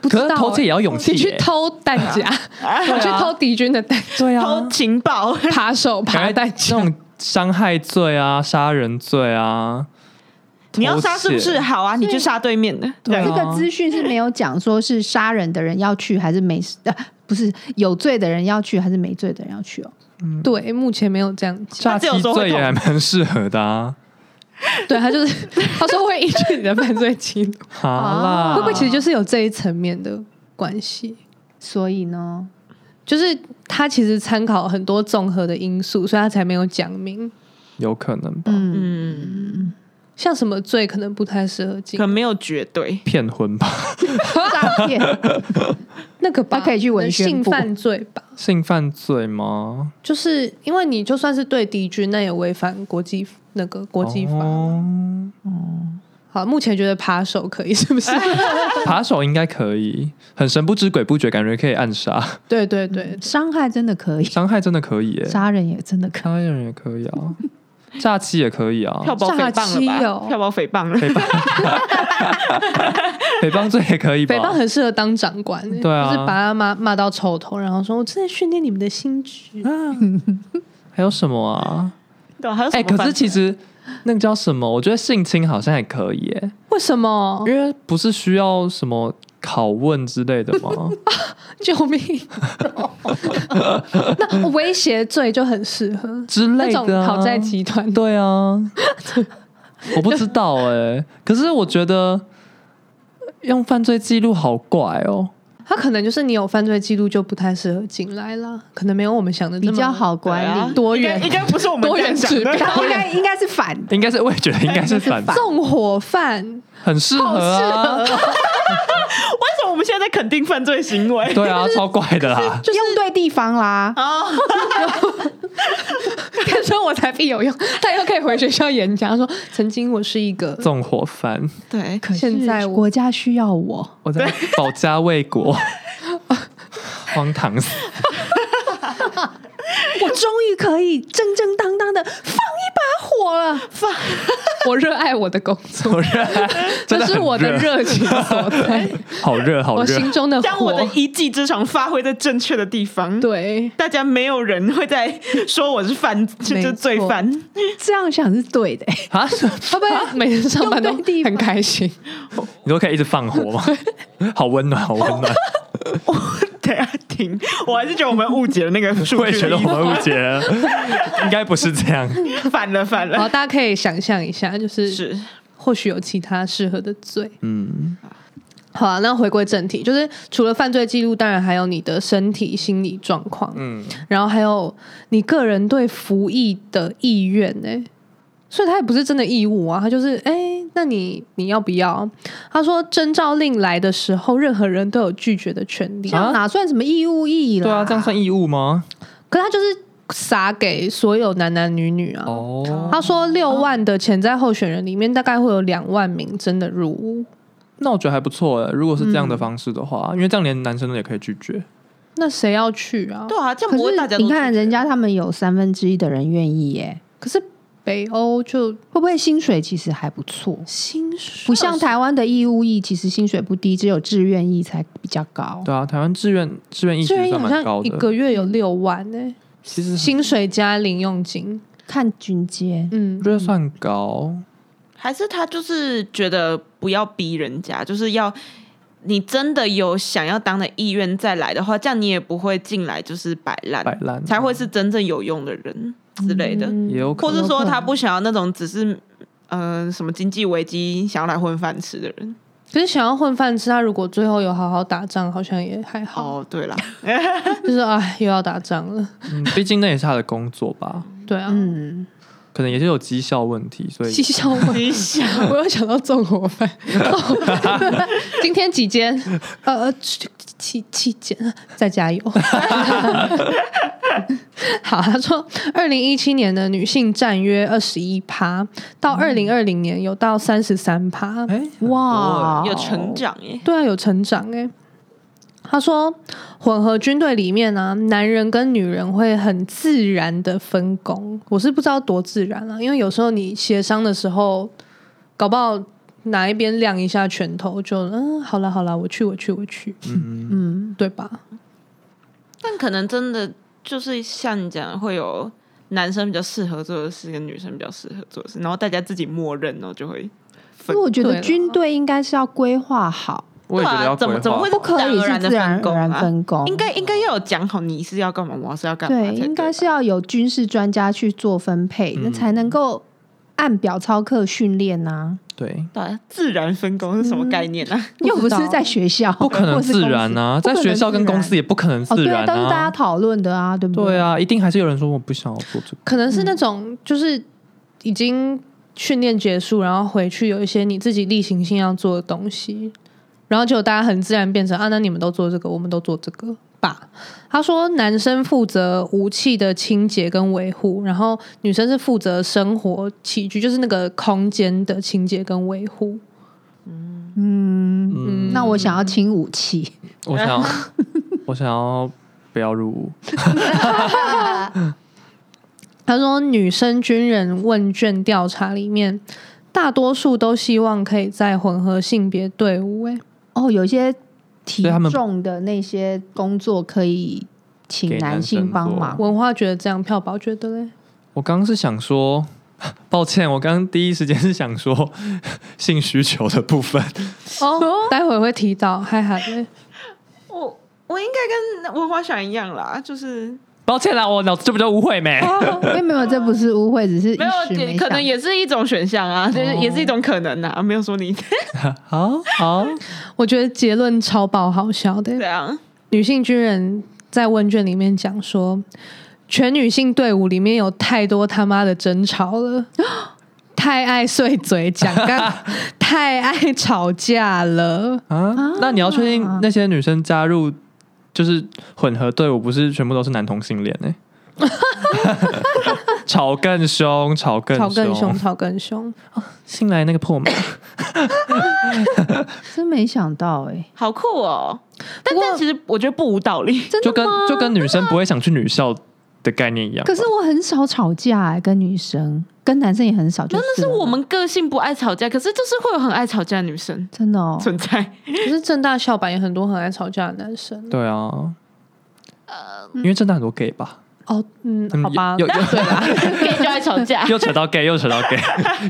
S1: 不知
S2: 可
S1: 道、啊
S2: 是偷窃也要勇气
S1: 你去
S2: 耶，
S1: 偷弹 夹，我去偷敌军的 弹夹，
S2: 对啊
S3: 偷，情报，
S1: 扒手扒
S2: 感觉
S1: 弹
S2: 这
S1: 夹。
S2: 种伤害罪啊、杀人罪啊，
S3: 你要杀是不
S2: 偷窃
S3: 是？好啊，你去杀对面的。
S2: 对啊
S4: 这个资讯是没有讲说是杀人的人要去还是没呃不是有罪的人要去还是没罪的人要去哦。
S1: 对，目前没有这样讲。
S2: 诈
S3: 他只有
S2: 欺
S3: 说会
S2: 罪也
S3: 痛
S2: 还蛮适合的啊。
S1: 对他就是 他说会依据你的犯罪记录，
S2: 好啦，
S1: 会不会其实就是有这一层面的关系？
S4: 所以呢，
S1: 就是他其实参考很多综合的因素，所以他才没有讲明，
S2: 有可能吧？
S4: 嗯，
S3: 嗯，
S1: 像什么罪可能不太适合进
S3: 可没有绝对。
S2: 骗婚吧，
S4: 诈骗
S1: 那个吧，
S4: 他可以去文宣
S1: 性
S4: 部
S1: 犯罪吧。
S2: 性犯罪吗？
S1: 就是因为你就算是对敌军，那也违反国际那个国际法。
S2: 哦
S1: 好，目前觉得扒手可以，是不是？
S2: 哎扒手应该可以，很神不知鬼不觉，感觉可以暗杀，
S1: 对对
S2: 嗯
S1: 对，
S4: 伤害真的可以，
S2: 伤害真的可以耶，
S4: 杀人也真的可以。
S2: 杀人也可以啊， 诈欺也可以啊
S3: 跳，包
S1: 诈
S3: 诽
S1: 欺
S3: 谤了
S1: 哦
S3: 吧？跳包诽谤了，
S2: 诽谤罪也可以吧
S1: 北？棒很适合当长官、欸，
S2: 对啊
S1: 就是把他骂骂到臭头，然后说我正在训练你们的心智。
S2: 嗯还有什么啊？
S3: 对啊，还有什
S2: 哎、
S3: 么犯
S2: 可是
S3: 罪？
S2: 其实那个叫什么？我觉得性侵好像也可以耶，
S1: 为什么？
S2: 因为不是需要什么拷问之类的吗？
S1: 救命！那威胁罪就很适合
S2: 之
S1: 那
S2: 类
S1: 种
S2: 的、啊，
S1: 讨债集团。
S2: 对啊，我不知道哎、可是我觉得用犯罪记录好怪哦、
S1: 他可能就是你有犯罪记录就不太适合进来啦，可能没有我们想的这
S4: 比
S1: 么
S4: 较好
S3: 对啊
S4: 管理，
S1: 多远
S3: 应该应该不是我们
S1: 多远
S3: 这样
S1: 指
S3: 讲的
S2: 啊
S1: 标。
S4: 应该应该是反的。
S2: 应该是我也觉得应该是
S4: 应该
S2: 反
S4: 是，反
S1: 纵火犯，
S2: 很适合啊，
S3: 为什么我们现在在肯定犯罪行为？
S2: 对啊，超怪的 啦。
S4: 就用对地方啦，
S3: 啊，
S1: 他说我才必有用，他又可以回学校演讲，说曾经我是一个
S2: 纵火犯，
S3: 对，
S4: 可 是
S1: 现在我
S4: 国家需要我，
S2: 我在保家卫 国，荒唐 死！
S1: 我终于可以正正当当的放一把火了，放！我热爱我的工作，
S2: 好热啊，
S1: 这
S2: 真的
S1: 是我的
S2: 很，
S1: 热情所在，
S2: 好热，好
S1: 我
S2: 热。
S1: 心中的
S3: 将我的
S1: 火。
S3: 一技之长发挥在正确的地方。，
S1: 对，
S3: 大家没有人会在说我是犯，
S1: 没
S3: 这
S1: 错
S3: 这罪犯。
S4: 这样想是对的。
S2: 啊，
S1: 会不会 每天上班都
S4: 用对地
S1: 很
S4: 方
S1: 开心？
S2: 你都可以一直放火 吗？好温暖，好温 暖。
S3: 对啊，停！我还是觉得我们误解了那个数据，
S2: 我也觉得我们误解了，应该不是这样。
S3: 反了，反
S1: 好，
S3: 了。
S1: 大家可以想象一下，就是
S3: 是，
S1: 或许有其他适合的罪。
S2: 嗯，
S1: 好啊，那回归正题，就是除了犯罪记录，当然还有你的身体、心理状况，嗯
S2: 嗯，
S1: 然后还有你个人对服役的意愿呢、所以他也不是真的义务啊，他就是哎、那你你要不要？他说征召令来的时候，任何人都有拒绝的权利，
S2: 啊
S4: 这样哪算什么义务意义啦？
S2: 对啊，这样算义务吗？
S1: 可他就是撒给所有男男女女啊。
S2: 哦，
S1: 他说六万的潜在候选人里面，大概会有两万名真的入伍，
S2: 那我觉得还不错诶。如果是这样的方式的话，因为这样连男生也可以拒绝。
S1: 那谁要去啊？
S3: 对啊，这样不会大
S4: 可
S3: 家
S4: 是
S3: 都
S4: 你看人家他们有三分之一的人愿意耶，
S1: 可是北欧就
S4: 会不会薪水其实还不错？
S1: 薪水
S4: 不像台湾的义务役，其实薪水不低，只有志愿役才比较高。
S2: 对啊，台湾志愿志愿意
S1: 志
S2: 其
S1: 愿
S2: 实
S1: 役
S2: 算
S1: 好
S2: 蛮高
S1: 像一
S2: 的，嗯
S1: 个月有六万呢、
S2: 其实
S1: 薪水加零用金。
S4: 看军阶，
S1: 嗯
S2: 我，觉得算高。
S3: 还是他就是觉得不要逼人家，就是要你真的有想要当的意愿再来的话，这样你也不会进来就是摆烂，
S2: 摆烂
S3: 才会是真正有用的人之类的。
S1: 嗯
S2: 也有
S3: 或
S2: 可能
S3: 是说他不想要那种只是嗯、呃什么经济危机想要来混饭吃的人。
S1: 可是想要混饭吃，他如果最后有好好打仗，好像也还好，
S3: 哦，对啦，
S1: 就是哎，又要打仗了。
S2: 嗯，毕竟那也是他的工作吧，
S1: 对啊，
S4: 嗯，
S2: 可能也是有绩效问题，所以
S1: 绩效问
S3: 你想
S2: 哦
S1: 我又想到纵火犯，今天几间？呃，七七间，再加油。 好，他说，二零一七年的女性占约二十一趴，到二零二零年有到三十三趴，
S2: 哎，很多
S4: 哇，
S3: 有成长耶，
S1: 对啊，有成长哎、他说，混合军队里面啊，男人跟女人会很自然的分工。我是不知道多自然啊，因为有时候你协商的时候，搞不好哪一边亮一下拳头就，嗯，好了好了，我去我去我去，
S2: 嗯，
S4: 嗯，
S1: 对吧？
S3: 但可能真的就是像你讲，会有男生比较适合做的事，跟女生比较适合做的事，然后大家自己默认哦，就会
S4: 因
S3: 分
S4: 为。我觉
S1: 对
S4: 得
S1: 啦
S4: 军队应该是要规划好，
S2: 我也觉
S4: 啊
S2: 得要
S3: 怎么
S2: 规
S3: 怎么
S2: 划
S3: 会
S2: 吧
S4: 不可以是自然而然分工，
S3: 应该应该要有讲好，你是要干嘛，我是要干嘛才
S4: 哦对，
S3: 吧。
S4: 应该是要有军事专家去做分配，那
S2: 嗯
S4: 才能够按表操课训练呐，
S2: 对，
S3: 对啊自然分工是什么概念啊？
S4: 又不
S1: 不知
S4: 是
S1: 道
S4: 在学校，
S2: 不可能
S4: 或
S2: 自
S4: 是公司
S2: 然啊，
S4: 不
S2: 在
S4: 可能
S2: 学校跟
S4: 自然
S2: 公司也不可能
S4: 哦，
S2: 自
S4: 对
S2: 然
S4: 啊，都是大家
S2: 啊，
S4: 讨论的啊，对不
S2: 对
S4: 对？
S2: 啊，一定还是有人说我不想要做这个，
S1: 可能是那种就是已经训练结束，然后回去有一些你自己例行性要做的东西，然后就大家很自然变成啊，那你们都做这个，我们都做这个吧。他说，男生负责武器的清洁跟维护，然后女生是负责生活起居，就是那个空间的清洁跟维护。
S2: 嗯，
S4: 那我想要轻武器，
S2: 我想要， 我想要不要入伍，
S1: 他说，女生军人问卷调查里面，大多数都希望可以在混合性别队伍、欸。
S4: 哦，有一些体
S2: 所以他们
S4: 重的那些工作可以请
S2: 给男
S4: 男性
S2: 生
S4: 帮
S2: 做
S4: 忙，
S1: 文化觉得这样，票宝觉得嘞，
S2: 我刚刚是想说， 抱歉，我刚刚第一时间是想说 性需求的部分。
S1: 哦，待会会提到，嗨嗨嘞，
S3: 我我应该跟文化想一样啦，就是
S2: 抱歉啦，我脑子就比较污秽没。
S4: 没有没有，这不是误会，只是一
S3: 没有
S4: 时没
S3: 也，可
S4: 想
S3: 能也是一种选项啊，就是也是一种可能啊，没有说你
S2: 好好，
S1: 我觉得结论超爆好笑的
S3: 这。样。
S1: 女性军人在问卷里面讲说，全女性队伍里面有太多他妈的争吵 了，太爱碎嘴讲 干，太爱吵架了。
S2: 啊，那你要确定那些女生加入就是混合队伍，不是全部都是男同性恋呢、 吵更凶，吵更
S1: 吵更凶，吵更凶，
S2: 新来那个破门，
S4: 真没想到哎、
S3: 好酷哦！但
S1: 不过
S3: 但其实我觉得不无道理，
S4: 真
S2: 就
S4: 的
S2: 跟
S4: 吗？
S2: 就跟女生不会想去女校的概念一样吧。
S4: 可是我很少吵架、欸，跟女生，跟男生也很少，就
S3: 真的是
S4: 了
S3: 我们个性不爱吵架，可是就是会有很爱吵架的女生
S4: 真的哦，
S3: 存在。
S1: 可是正大校版也很多很爱吵架的男生。
S2: 对啊，因为真的很多 gay 吧，
S1: 哦，嗯，
S2: 嗯
S1: 好吧，
S2: 又又
S1: 对啦，
S3: gay 就爱吵架，
S2: 又扯到 gay，又扯到 gay，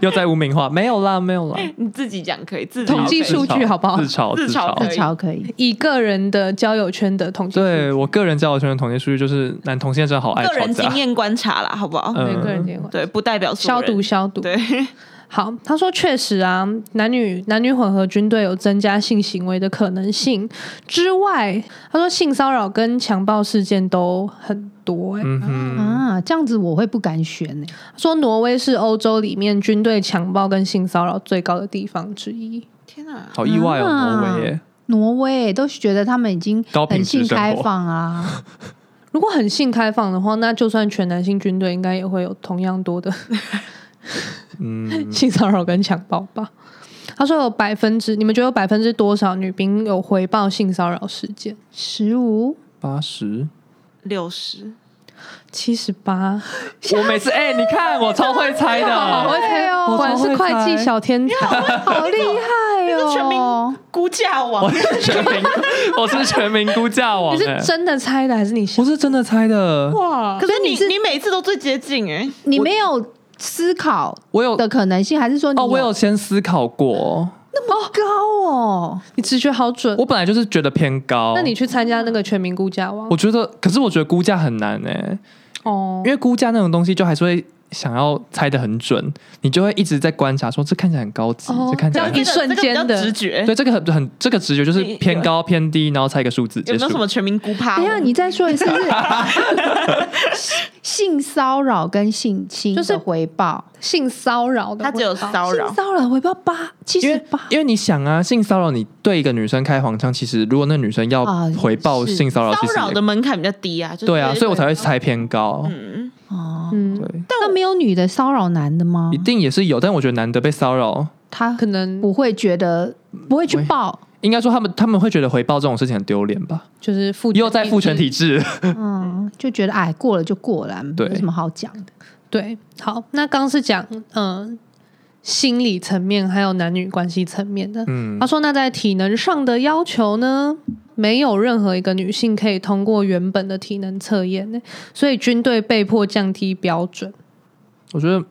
S2: 又在污名化，没有啦，没有啦，
S3: 你自己讲可以，自己
S1: 统计
S3: 可以
S1: 数据好不好
S2: 自嘲
S3: 自嘲
S2: 自
S3: 可
S4: 自
S3: 以
S2: 嘲。
S4: 嘲哦可以，
S1: 以个人的交友圈的统计数据，
S2: 对我个人交友圈的统计数据就是男同性恋真的好爱
S3: 个
S2: 吵
S3: 人
S2: 架
S3: 经，验观察啦，好不好？
S1: 对个人
S2: 嗯，
S1: 结婚。
S3: 对，不代表所有
S1: 呃消
S3: 人
S1: 毒消毒。
S3: 对，
S1: 好，他说确实啊，男女男女混合军队有增加性行为的可能性之外，他说性骚扰跟强暴事件都很多、欸。
S2: 嗯哼，
S4: 啊，这样子我会不敢选欸呢、
S1: 他说挪威是欧洲里面军队强暴跟性骚扰最高的地方之一。
S3: 天哪！
S2: 好意外哦，
S4: 啊
S2: 挪威耶，
S4: 挪威、都觉得他们已经
S2: 高品
S4: 很
S2: 质
S4: 性
S2: 生
S4: 开
S2: 活，
S4: 放啊，
S1: 如果很性开放的话，那就算全男性军队，应该也会有同样多的
S2: 嗯，
S1: 性骚扰跟强暴吧。他说有百分之，你们觉得有百分之多少女兵有回报性骚扰事件？
S4: 十五
S2: 八十，
S3: 六十，
S1: 七十八，
S2: 我每次哎，你看我超会猜
S1: 好
S2: 的，
S1: 会猜哦，
S2: 我
S1: 果然
S2: 超
S1: 是
S2: 会
S1: 会计
S2: 猜
S1: 小天才。
S4: 好厉害
S3: 你是全民
S4: 哦！
S3: 估 价
S2: 我
S3: 王，
S2: 是全民，我是全民估价王
S1: 你是
S2: 哎，
S1: 真的猜的还是你
S2: 我
S1: 想？
S2: 是真的猜的，
S1: 哇，
S3: 可
S4: 可是
S3: 你
S4: 你是
S3: 你每次都最接近哎，
S4: 你没有思考
S2: 我有
S4: 的可能性，还是说你
S2: 哦，我有先思考过，
S4: 那么高哦？
S1: 你直觉好准
S2: 我。本来就是觉得偏高，
S1: 那你去参加那个全民估价王
S2: 我觉得，可是我觉得估价很难哎、
S1: 哦
S2: 因，为估价那种东西就还是会想要猜的很准，你就会一直在观察，说这看起来很高级，
S1: 哦
S2: 这看起来
S1: 这样
S2: 很
S1: 一瞬间的
S3: 这个比较直觉。
S2: 对，这个很很这个直觉就是
S3: 你
S2: 偏高偏低，然后猜一个数字
S3: 有
S2: 结
S3: 没
S2: 束
S3: 有什。么全民估
S2: 啊
S3: 趴？
S4: 等一下，你再 说一次是性骚扰跟性侵
S1: 就是
S4: 的回报，
S1: 性骚扰的回报，
S3: 他只有骚扰
S4: 性，骚扰回报八七
S2: 因
S4: 十
S2: 为
S4: 八，
S2: 因为你想啊，性骚扰你对一个女生开黄腔，其实如果那女生要
S4: 啊
S2: 回报
S4: 是
S2: 性骚扰，其
S3: 骚
S2: 实
S3: 扰
S2: 也
S3: 的门槛比较低啊。就是、
S2: 对啊，所以我才会猜偏高。
S3: 嗯，
S4: 哦，
S1: 嗯，
S2: 对，
S4: 那没有女的骚扰男的吗
S2: 一？定也是有，但我觉得男的被骚扰，
S4: 他
S1: 可能
S4: 不会觉得不会去
S2: 不会
S4: 报，
S2: 应该说他们他们会觉得回报这种事情很丢脸吧？
S1: 就是父
S2: 又在父权体制，
S4: 嗯，就觉得哎，过了就过了，
S2: 对
S4: 有什么好讲的？
S1: 对，好，那刚是讲嗯、呃心理层面还有男女关系层面的。
S2: 嗯
S1: 他，说，那在体能上的要求呢，没有任何一个女性可以通过原本的体能测验呢，所以军队被迫降低标准。
S2: 我觉得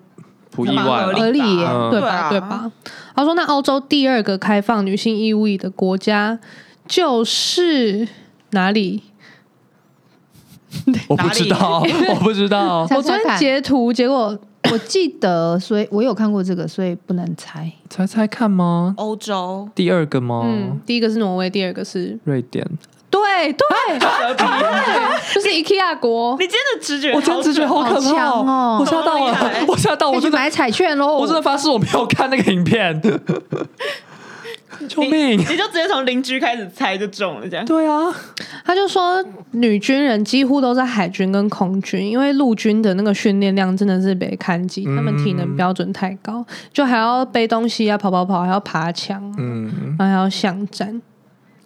S2: 不意外
S3: 合
S2: 了。
S4: 合理
S3: 理
S4: 耶。
S3: 吧
S2: 嗯
S1: 对
S3: 对
S1: 吧？
S3: 啊
S1: 对吧？他说，那澳洲第二个开放女性义务役的国家就是哪里？
S2: 我不知道， 我不知道
S4: 猜
S1: 我昨
S4: 猜
S1: 天
S4: 看
S1: 截图，结果
S4: 我记得，所以我有看过这个，所以不能猜。
S2: 猜猜看吗？
S3: 欧 洲
S2: 第二个吗？
S1: 嗯，第一个是挪威，第二个是
S2: 瑞典。
S1: 对对 对，就是 IKEA 国
S3: 你。今天的直觉好
S2: 我
S3: 准，
S2: 真的直觉好可
S4: 好
S2: 怕
S4: 强哦
S2: 我吓到
S3: 好厉害哎
S2: 了，我吓到，
S4: 可
S2: 我
S4: 以去
S2: 真的，
S4: 买彩券喽！
S2: 我真的发誓我没有看那个影 片，救命！
S3: 你就直接从邻居开始猜就中了，这样。
S2: 对啊，
S1: 他就说，女军人几乎都在海军跟空军，因为陆军的那个训练量真的是被看及，他们体能
S2: 嗯
S1: 标准太高，就还要背东西啊，跑跑跑，还要爬墙啊、
S2: 嗯，
S1: 然后还要巷战。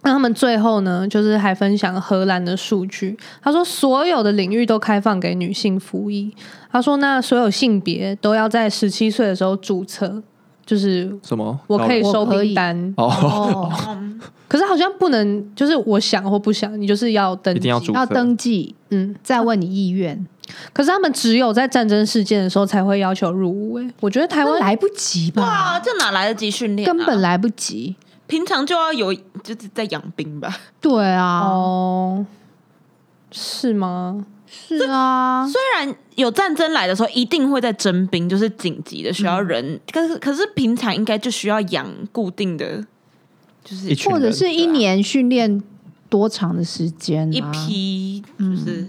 S1: 那他们最后呢，就是还分享荷兰的数据。他说，所有的领域都开放给女性服役。他说，那所有性别都要在十七岁的时候注册，就是
S2: 什么？
S1: 我可以
S4: 我
S1: 收
S4: 可
S1: 订
S4: 以
S1: 单。
S2: 哦，
S4: 哦，
S3: 嗯，
S1: 可是好像不能，就是我想或不想，你就是要登
S2: 一
S1: 记，
S2: 定要注册
S4: 要登记，
S1: 嗯。
S4: 再问你意愿，
S1: 可是他们只有在战争事件的时候才会要求入伍、欸。我觉得台
S4: 那
S1: 湾
S4: 来不及
S3: 哇，
S4: 吧？
S3: 这哪来得及训练啊、
S4: 根本来不及。
S3: 平常就要有，就是在养兵吧。
S4: 对啊，
S1: 哦，是吗？
S4: 是啊，
S3: 虽然有战争来的时候，一定会在征兵，就是紧急的需要人，可是可是平常应该就需要养固定的，就是
S2: 一群
S4: 或者
S2: 人
S4: 是一年训练多长的时间啊？
S3: 一批，就是、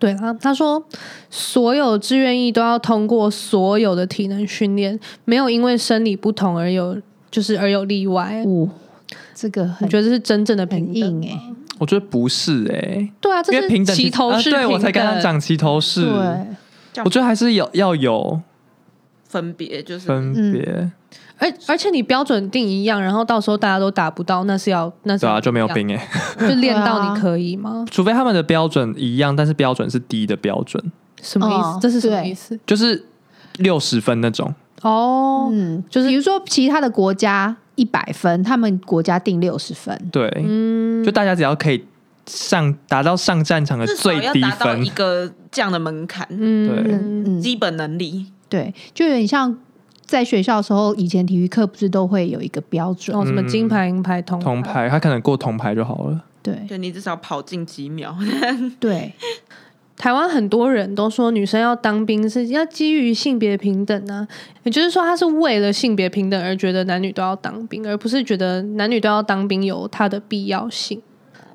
S1: 对啊，他说所有志愿役都要通过所有的体能训练，没有因为生理不同而有就是而有例外。
S4: 哦，这个
S1: 我
S4: 很
S1: 觉得这是真正的平
S4: 很
S1: 等
S4: 硬哎，
S2: 我觉得不是哎，
S1: 对啊，这
S2: 因为平
S1: 是
S2: 等其
S1: 齐
S2: 实
S1: 头
S2: 啊
S1: 式平
S2: 对
S1: 等。
S2: 我才跟他讲齐头式，
S4: 对，
S2: 我觉得还是有要有
S3: 分别，就是
S2: 分别，
S1: 而而且你标准定一样，然后到时候大家都达不到，那是要那是
S2: 对啊，就没有
S1: 怎
S2: 兵哎，
S1: 么样，就练
S4: 对
S1: 到
S4: 啊
S1: 你可以吗？
S2: 除非他们的标准一样，但是标准是低的标准，
S1: 什么意
S4: 哦
S1: 思？这是什么
S4: 对
S1: 意思？
S2: 就是六十分那种，
S1: 哦，
S4: 嗯，
S1: 就是
S4: 比如说其他的国家一百分，他们国家定六十分，
S2: 对，
S1: 嗯，
S2: 就大家只要可以上达到上战场的
S3: 至少
S2: 最
S3: 要
S2: 低
S3: 达到
S2: 分
S3: 一，个这样的门槛，
S1: 嗯
S4: 嗯嗯，
S3: 基本能力。
S4: 对，就有点像在学校的时候，以前体育课不是都会有一个标准？
S1: 哦，什么金牌、银牌、铜
S2: 铜牌，他可能过铜牌就好了。
S4: 对
S3: 对你至少跑进几秒，
S4: 对，
S1: 台湾很多人都说女生要当兵是要基于性别平等啊，也就是说，她是为了性别平等而觉得男女都要当兵，而不是觉得男女都要当兵有它的必要性。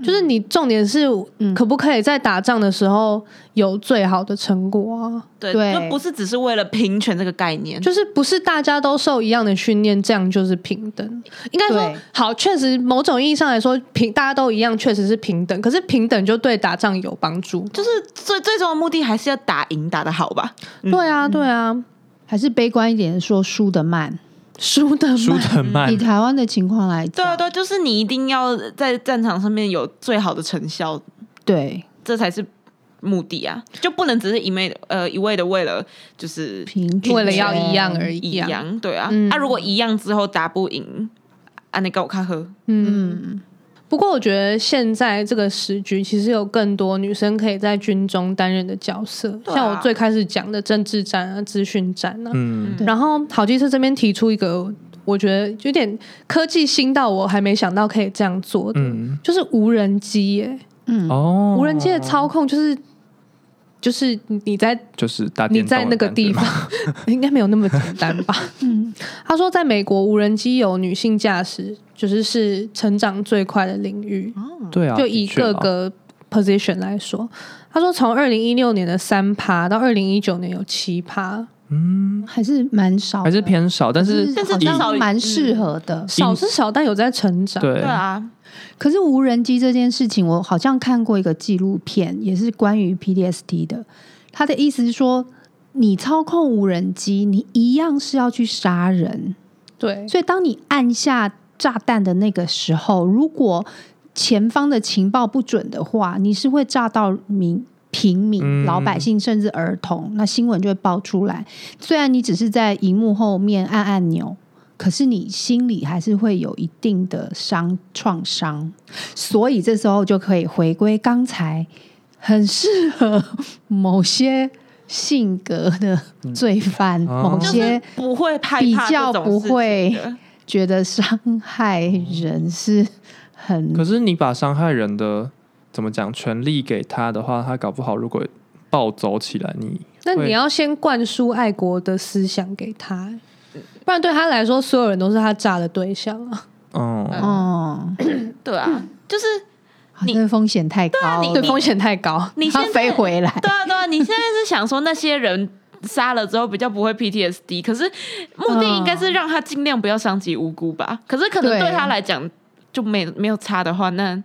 S1: 就是你重点是
S4: 嗯
S1: 可不可以在打仗的时候有最好的成果啊？
S3: 对，
S4: 对
S3: 就不是只是为了平权这个概念，
S1: 就是不是大家都受一样的训练，这样就是平等。应该说
S4: 对，
S1: 好，确实某种意义上来说，平大家都一样，确实是平等。可是平等就对打仗有帮助。
S3: 就是最最终的目的还是要打赢，打得好吧？嗯
S1: 对啊，对啊，
S4: 还是悲观一点的说，输得慢。
S1: 输的
S2: 输得很慢
S4: 以，台湾的情况来
S3: 对啊，
S4: 讲，
S3: 对啊，就是你一定要在战场上面有最好的成效，
S4: 对
S3: 这才是目的啊，就不能只是一昧的呃一味的为了就是
S4: 平均
S1: 为了要一样而
S4: 已。
S1: 已
S3: 一
S1: 啊。
S3: 样，对啊，
S1: 嗯
S3: 啊如果一样之后打不赢，啊你给我看喝，
S1: 嗯，
S4: 嗯，
S1: 不过我觉得现在这个时局，其实有更多女生可以在军中担任的角色，
S3: 对啊
S1: 像我最开始讲的政治战啊、资讯战啊。
S2: 嗯，
S4: 对
S1: 然后好记社这边提出一个，我觉得有点科技新到我还没想到可以这样做的，
S2: 嗯，
S1: 就是无人机耶、
S4: 嗯，
S2: 哦，
S1: 无人机的操控就是就是你在
S2: 就是打
S1: 你
S2: 电
S1: 在
S2: 动
S1: 那
S2: 的
S1: 个
S2: 感觉
S1: 地
S2: 吗
S1: 方，应该没有那么简单吧？
S4: 嗯，
S1: 他说，在美国，无人机有女性驾驶，就是是成长最快的领域。
S2: 对啊，
S1: 就以
S2: 的确
S1: 各
S2: 啦
S1: 个 position 来说，他说从二零一六年的三趴到二零一九年有七趴，
S4: 还是蛮少，
S2: 还是，偏少，但是嗯
S3: 但是
S4: 好
S3: 至少
S4: 像蛮适合的。
S1: 少是少，但有在成长。
S2: 对
S3: 对啊，
S4: 可是无人机这件事情，我好像看过一个纪录片，也是关于 PDSD 的。他的意思是说，你操控无人机，你一样是要去杀人。
S1: 对，
S4: 所以当你按下炸弹的那个时候，如果前方的情报不准的话，你是会炸到民平民、
S2: 嗯
S4: 老百姓，甚至儿童。那新闻就会爆出来。虽然你只是在荧幕后面按按钮，可是你心里还是会有一定的伤创伤。所以这时候就可以回归刚才，很适合某些性格的罪犯，
S2: 哦
S4: 某
S3: 就
S4: 些、
S3: 是不会害
S4: 比
S3: 怕
S4: 较
S3: 这种
S4: 不
S3: 事情
S4: 会
S3: 的
S4: 觉得伤害
S2: 哦
S4: 人是很
S2: 可是你把伤害人的怎么讲权利给他的话，他搞不好如果暴走起来，你
S1: 那
S2: 会
S1: 你要先灌输爱国的思想给他，不然对他来说，所有人都是他炸的对象啊。
S2: 嗯，
S4: 哦，
S3: 对啊，就是
S4: 好像风险太高
S3: 啊
S2: 哦
S3: 你
S4: 了，
S1: 对，风险太高。
S3: 你
S4: 它
S3: 现在
S4: 飞回来，
S3: 对啊对啊，你现在是想说那些人杀了之后比较不会 PTSD，可是目的应该是让他尽量不要伤及无辜吧？可是可能
S4: 对
S3: 对他来讲就没没有差的话，那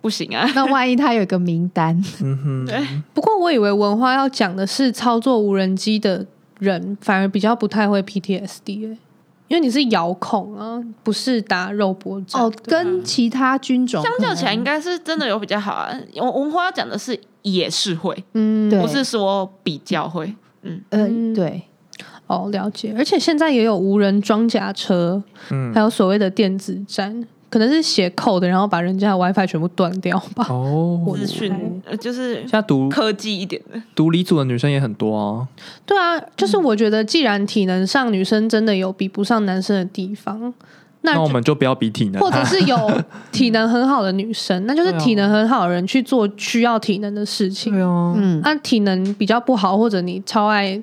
S3: 不行啊。
S4: 那万一他有一个名单，
S2: 嗯
S1: 不过我以为文化要讲的是操作无人机的人反而比较不太会 PTSD，、欸、因为你是遥控啊，不是打肉搏战
S4: 哦，
S1: 的
S4: 跟其他军种
S3: 相较
S4: 可
S3: 起来，
S4: 能
S3: 应该是真的有比较好啊。我文花讲的是也是会，
S1: 嗯
S4: 对
S3: 不是说比较会。
S1: 嗯
S4: 呃，对，
S1: 哦了解，而且现在也有无人装甲车，
S2: 嗯
S1: 还有所谓的电子战，可能是写扣的，然后把人家的 WiFi 全部断掉吧。
S2: 哦
S1: 我，
S3: 资
S1: 嗯
S3: 讯呃就是
S2: 现在读
S3: 科技一点的，
S2: 读理组的女生也很多啊，
S1: 对啊，就是我觉得既然体能上女生真的有比不上男生的地方，那
S2: 那
S1: 就
S2: 我们就不要 比体能，
S1: 或者是有体能很好的女生，那就是
S2: 对啊
S1: 体能很好的人去做需要体能的事情。
S2: 对啊，
S4: 嗯，
S1: 那、体能比较不好，或者你超爱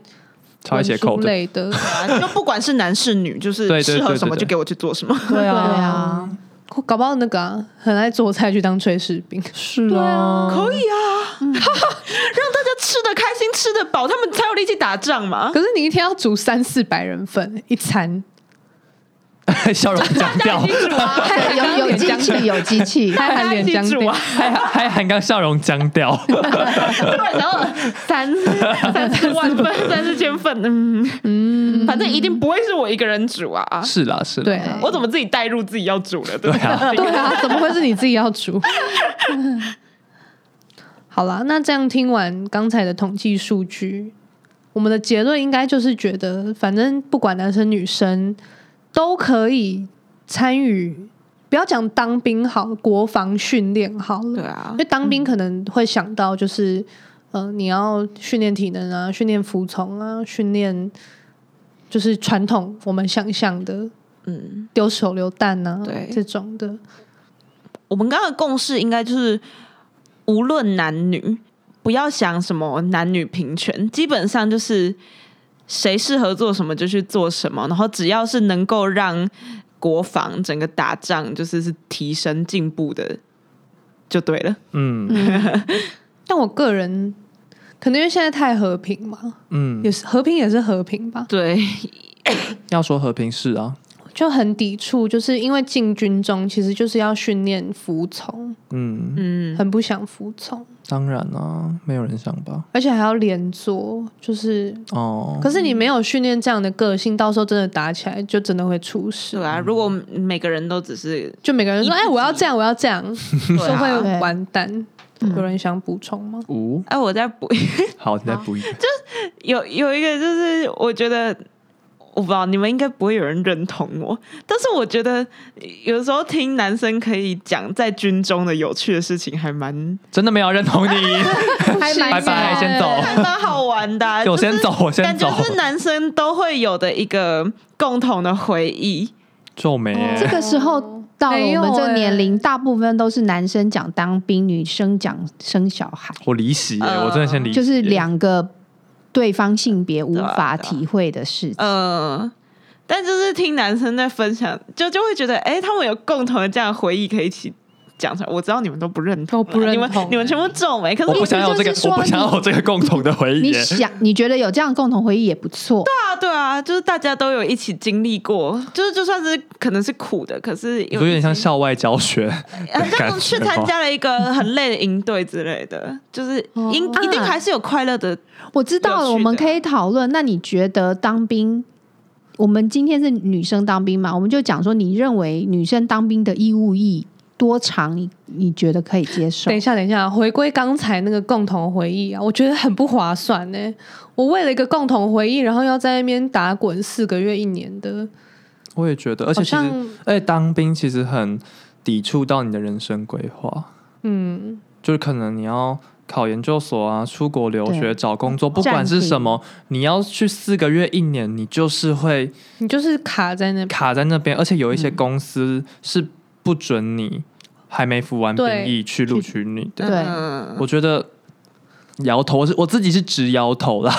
S2: 超一些
S1: 文书
S2: 扣的，
S1: 类的，
S3: 啊就不管是男是女，就
S2: 对
S3: 是
S2: 对对
S3: 适合什
S2: 对
S3: 么
S2: 对
S3: 就给我去做什么。
S4: 对啊，
S1: 或搞不好那个、啊、很爱做菜去当炊事 兵。
S2: 是啊，
S3: 可以啊， 让大家吃的开心，吃的饱，他们才有力气打 仗嘛。
S1: 可是你一天要煮三四百人份一餐，
S2: 笑容 讲掉，
S3: 啊
S4: 对有有机器，有机器，
S1: 还
S3: 大
S1: 含
S3: 家一
S1: 脸
S3: 起
S1: 僵
S3: 煮
S1: 掉
S3: 啊，
S2: 还还还刚笑容僵 掉，
S3: 然后三三四万份，三四千份，嗯嗯，反正一定不会是我一个人煮啊。
S2: 是啦是啦，
S1: 对啊，
S3: 我怎么自己带入自己要煮了？对
S2: 啊
S1: 对啊，怎么会是你自己要煮？ 好啦，那这样听完刚才的统计数据，我们的结论应该就是觉得，反正不管男生女生都可以参与，不要讲当兵好，国防训练好了
S3: 对，啊
S1: 因，为当兵可能会想到就是，呃，你要训练体能啊，训练服从啊，训练就是传统我们想象的
S3: 嗯，
S1: 丢手榴弹啊，
S3: 对
S1: 这种的，
S3: 我们刚刚的共识应该就是，无论男女，不要想什么男女平权，基本上就是谁适合做什么就去做什么，然后只要是能够让国防整个打仗就是是提升进步的，就对了。
S2: 嗯
S1: 但我个人可能因为现在太和平嘛，
S2: 嗯，
S1: 也是和平也是和平吧，
S3: 对，
S2: 要说和平是啊，
S1: 就很抵触，就是因为进军中其实就是要训练服从，
S2: 嗯，
S3: 嗯，
S1: 很不想服从，
S2: 当然啊，没有人想吧，
S1: 而且还要连坐，就是。
S2: 哦，
S1: 可是你没有训练这样的个性，到时候真的打起来就真的会出事
S3: 对。啊，如果每个人都只是啊
S1: 就每个人说：“
S3: 一
S1: 哎，
S3: 自己
S1: 我要这样，我要这样，
S3: 就
S1: 就会
S4: 对
S1: 完蛋。”有人想补充吗？
S2: 五，
S3: 哎、我在补
S2: 好，你再补一个，
S3: 有有一个就是，我觉得我不知道你们应该不会有人认同我，但是我觉得有时候听男生可以讲在军中的有趣的事情，还蛮
S2: 真的没有认同你，
S1: 还蛮
S2: 拜拜，
S1: 妙的
S2: 先走。
S3: 还蛮好玩的、 啊。
S2: 我
S3: 就是
S2: 先走，我先
S3: 感
S2: 走
S3: 觉。是男生都会有的一个共同的回忆，
S2: 皱眉耶、
S4: 这个时候到了
S1: 没有
S4: 我们这个年龄，
S1: 欸
S4: 大部分都是男生讲当兵，女生讲生小孩，
S2: 我离席耶、
S3: 呃
S2: 我真的先离席耶，
S4: 就是两个对方性别无
S3: 对啊
S4: 法
S3: 对啊
S4: 体会的事情。
S3: 嗯，但就是听男生在分享，就就会觉得，哎、他们有共同的这样的回忆可以一起讲出来。我知道你们都不认同啊，
S1: 我不认
S3: 你们
S1: 同
S3: 你们全部皱眉，可是
S2: 我不
S3: 我
S2: 想要这个
S4: 意思就是，说
S2: 我不想要有这个共同的回忆
S4: 你
S2: 耶、
S4: 想，你觉得有这样共同回忆也不错，
S3: 啊，对啊，就是大家都有一起经历过，就是就算是可能是苦的，可是
S2: 你
S3: 有
S2: 说有点像校外教学，
S3: 很
S2: 感觉
S3: 像去参加了一个很累的营队之类 的，就是
S1: 哦
S3: 应、一定还是有快乐的。
S4: 我知
S3: 有
S4: 道了，
S3: 趣
S4: 我们
S3: 的
S4: 可以讨论。那你觉得当兵？我们今天是女生当兵嘛，我们就讲说，你认为女生当兵的义务役多长你？你觉得可以接受
S1: 等一？下，等一下，回归刚才那个共同回忆啊，我觉得很不划算呢、我为了一个共同回忆，然后要在那边打滚四个月、一年的，
S2: 我也觉得，而且
S1: 好
S2: 其实，
S1: 像
S2: 而且当兵其实很抵触到你的人生规划，
S1: 嗯，
S2: 就是可能你要考研究所啊，出国留学、
S4: 对
S2: 找工作，不管是什么，你要去四个月、一年，你就是会
S1: 你就是卡在那边。
S2: 卡在那边，而且有一些公司是不准你还没服完兵
S1: 对
S2: 役去录取你的。
S4: 对
S3: 嗯
S2: 我觉得摇头，我是我自己是直摇头啦。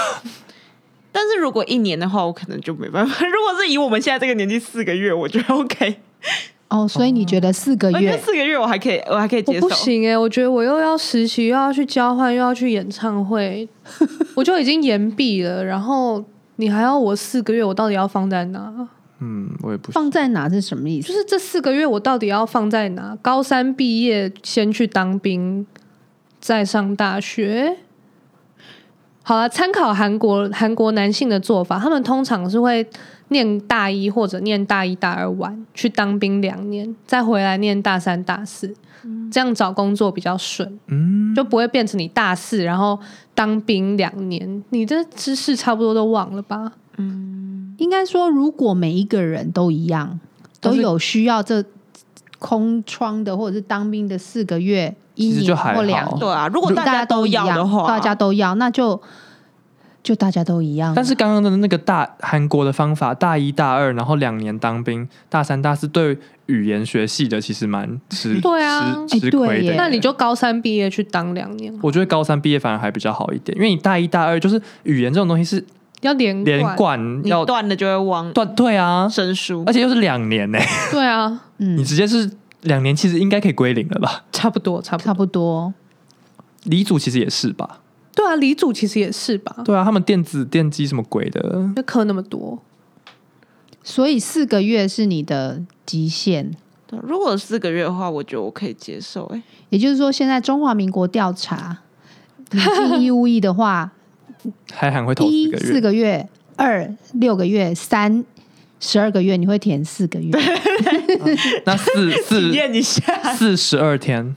S3: 但是如果一年的话，我可能就没办法。如果是以我们现在这个年纪，四个月，我觉得 OK。
S4: 哦，所以你觉得四个
S3: 我觉得
S2: 哦
S4: 月？
S3: 四个月我还可以，我还可以
S1: 我
S3: 接受。
S1: 不行哎、我觉得我又要实习，又要去交换，又要去演唱 会，我就已经延毕了。然后你还要我四个月，我到底要放在哪？
S2: 嗯，我也不
S4: 放在哪是什么意
S1: 就
S4: 思？
S1: 是这四个月我到底要放在哪？高三毕业先去当兵，再上大学。好了，参考韩国韩国男性的做法，他们通常是会念大一或者念大一大二完去当兵两年，再回来念大三大四，这样找工作比较顺，
S2: 嗯，
S1: 就不会变成你大四然后当兵两年，你的知识差不多都忘了吧？
S4: 应该说，如果每一个人都一样，
S2: 但
S4: 都
S2: 是
S4: 有需要这空窗的，或者是当兵的四个月、一
S2: 其实就
S4: 年
S2: 还
S4: 或两
S2: 好
S4: 年，
S3: 对啊，如果
S4: 大
S3: 家
S4: 都一
S3: 要
S4: 样
S3: 的话，
S4: 大家都要，那就就大家都一样。
S2: 但是刚刚的那个大韩国的方法，大一大二，然后两年当兵，大三大四对语言学系的其实蛮吃
S1: 对啊
S2: 吃吃亏
S4: 哎对耶
S2: 的。
S1: 那你就高三毕业去当两年，
S2: 我觉得高三毕业反而还比较好一点，因为你大一大二就是语言这种东西是
S1: 要连
S2: 连
S1: 贯
S2: 贯
S3: 你
S2: 要
S3: 断了就会忘
S2: 断对啊，
S3: 生疏
S2: 而。且又是两年呢、
S1: 对啊。
S2: 你
S4: 嗯，
S2: 直接是两年，其实应该可以归零了吧？
S1: 差不多，差不多。
S4: 差不多。
S2: 李组其实也是吧？
S1: 对啊，李主其实也是吧，
S2: 对啊，他们电子电机什么鬼的，
S1: 就磕那么多，
S4: 所以四个月是你的极限，
S3: 对如果四个月的话，我觉得我可以接受、哎，
S4: 也就是说，现在中华民国调查，你进义务役 的话，
S2: 还很会投四
S4: 一
S2: 个月，
S4: 四个月，二六个月，三十二个月，你会填四个月。
S2: 那四四
S3: 体验一下，
S2: 四十二天，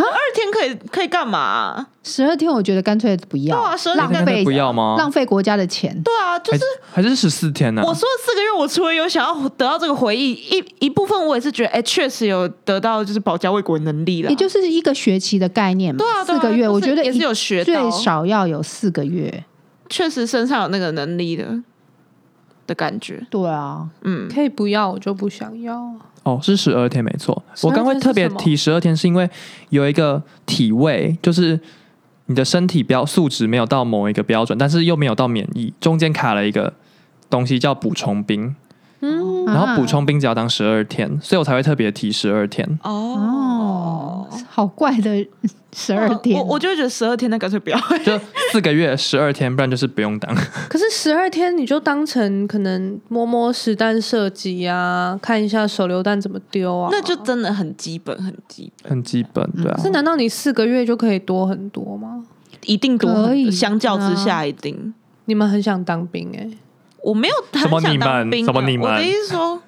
S3: 二天可以可以干嘛啊、
S4: 十二天，我觉得干脆不要，
S3: 对啊12天
S4: 浪
S2: 那
S4: 费
S2: 不要吗？
S4: 浪费国家的钱。
S3: 对啊，就是。
S2: 还还是十四天呢、
S3: 我说四个月，我除了有想要得到这个回忆，一一部分我也是觉得，哎、确实有得到就是保家卫国的能力了。
S4: 也就是一个学期的概念嘛，
S3: 啊对啊，对
S4: 四
S3: 啊
S4: 个
S3: 就
S4: 月，
S3: 是
S4: 我觉得
S3: 也是有
S4: 一
S3: 学到
S4: 最，少要有四个月。
S3: 确实身上有那个能力的的感觉。
S4: 对啊，
S3: 嗯，
S1: 可以不要，我就不想要。
S2: 哦，是十二天没错。我刚会特
S1: 12天
S2: 别
S1: 是什么
S2: 提十二天，是因为有一个体位，就是你的身体标素质没有到某一个标准，但是又没有到免疫，中间卡了一个东西叫补充兵，
S1: 嗯，
S2: 然后
S4: 啊
S2: 补充兵只要当十二天，所以我才会特别提十二天。
S4: 哦，好怪的十二天哦。
S3: 我我就会觉得十二天那干脆不要。
S2: 就四个月十二天，不然就是不用当。
S1: 可是十二天你就当成可能摸摸实弹射击啊，看一下手榴弹怎么丢啊，
S3: 那就真的很基本，很基 本，
S2: 很基本，对啊
S1: 可。是难道你四个月就可以多很多吗？
S3: 一定多很
S4: 可以
S3: 多。相较之下，
S4: 啊
S3: 一定。
S1: 你们很想当兵哎、
S3: 我没有
S2: 什么
S3: 很
S2: 你
S3: 想
S2: 们
S3: 当兵啊，
S2: 什么你们
S3: 我的意思说，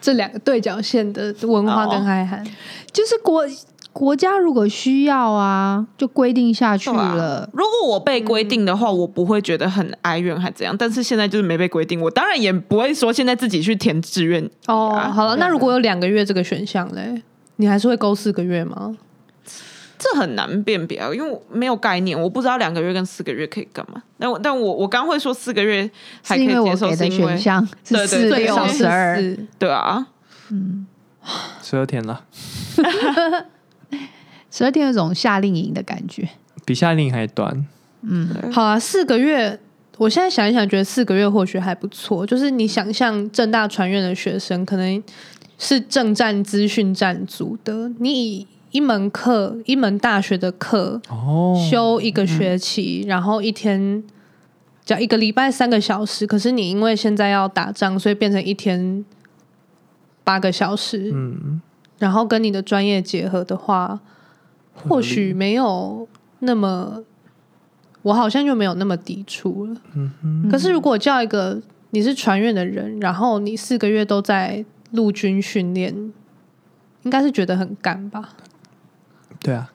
S1: 这两个对角线的文化跟嗨涵，
S4: 就是国国家如果需要啊，就规定下去
S3: 对啊
S4: 了。
S3: 如果我被规定的话，我不会觉得很哀怨还怎样。但是现在就是没被规定，我当然也不会说现在自己去填志愿。
S1: 哦，好了，
S3: 对啊
S1: 那如果有两个月这个选项嘞，你还是会勾四个月吗？
S3: 这很难辨别啊，因为我没有概念，我不知道两个月跟四个月可以干嘛。但我但我我刚会说四个月还
S4: 是
S3: 可以
S4: 因为我
S3: 接受，
S4: 给
S3: 是
S4: 的
S3: 因
S4: 选
S3: 为
S4: 项
S3: 对对
S4: 是四
S3: 对
S4: 六
S3: 对
S4: 十二，
S3: 对啊，
S4: 嗯，
S2: 十二天了，
S4: 十二天有种夏令营的感 觉，
S2: 比夏令营还短。
S4: 嗯，
S1: 好啊，四个月，我现在想一想，觉得四个月或许还不错。就是你想象正大传院的学生，可能是正战资讯站组的，你以一门课、一门大学的课
S2: 哦，
S1: 修一个学期，然后一天。只要一个礼拜三个小时，可是你因为现在要打仗，所以变成一天八个小时，
S2: 嗯，
S1: 然后跟你的专业结合的话，
S2: 理
S1: 或许没有那么，我好像就没有那么抵触了。可是如果叫一个你是船员的人，然后你四个月都在陆军训练，应该是觉得很干吧？
S2: 对啊，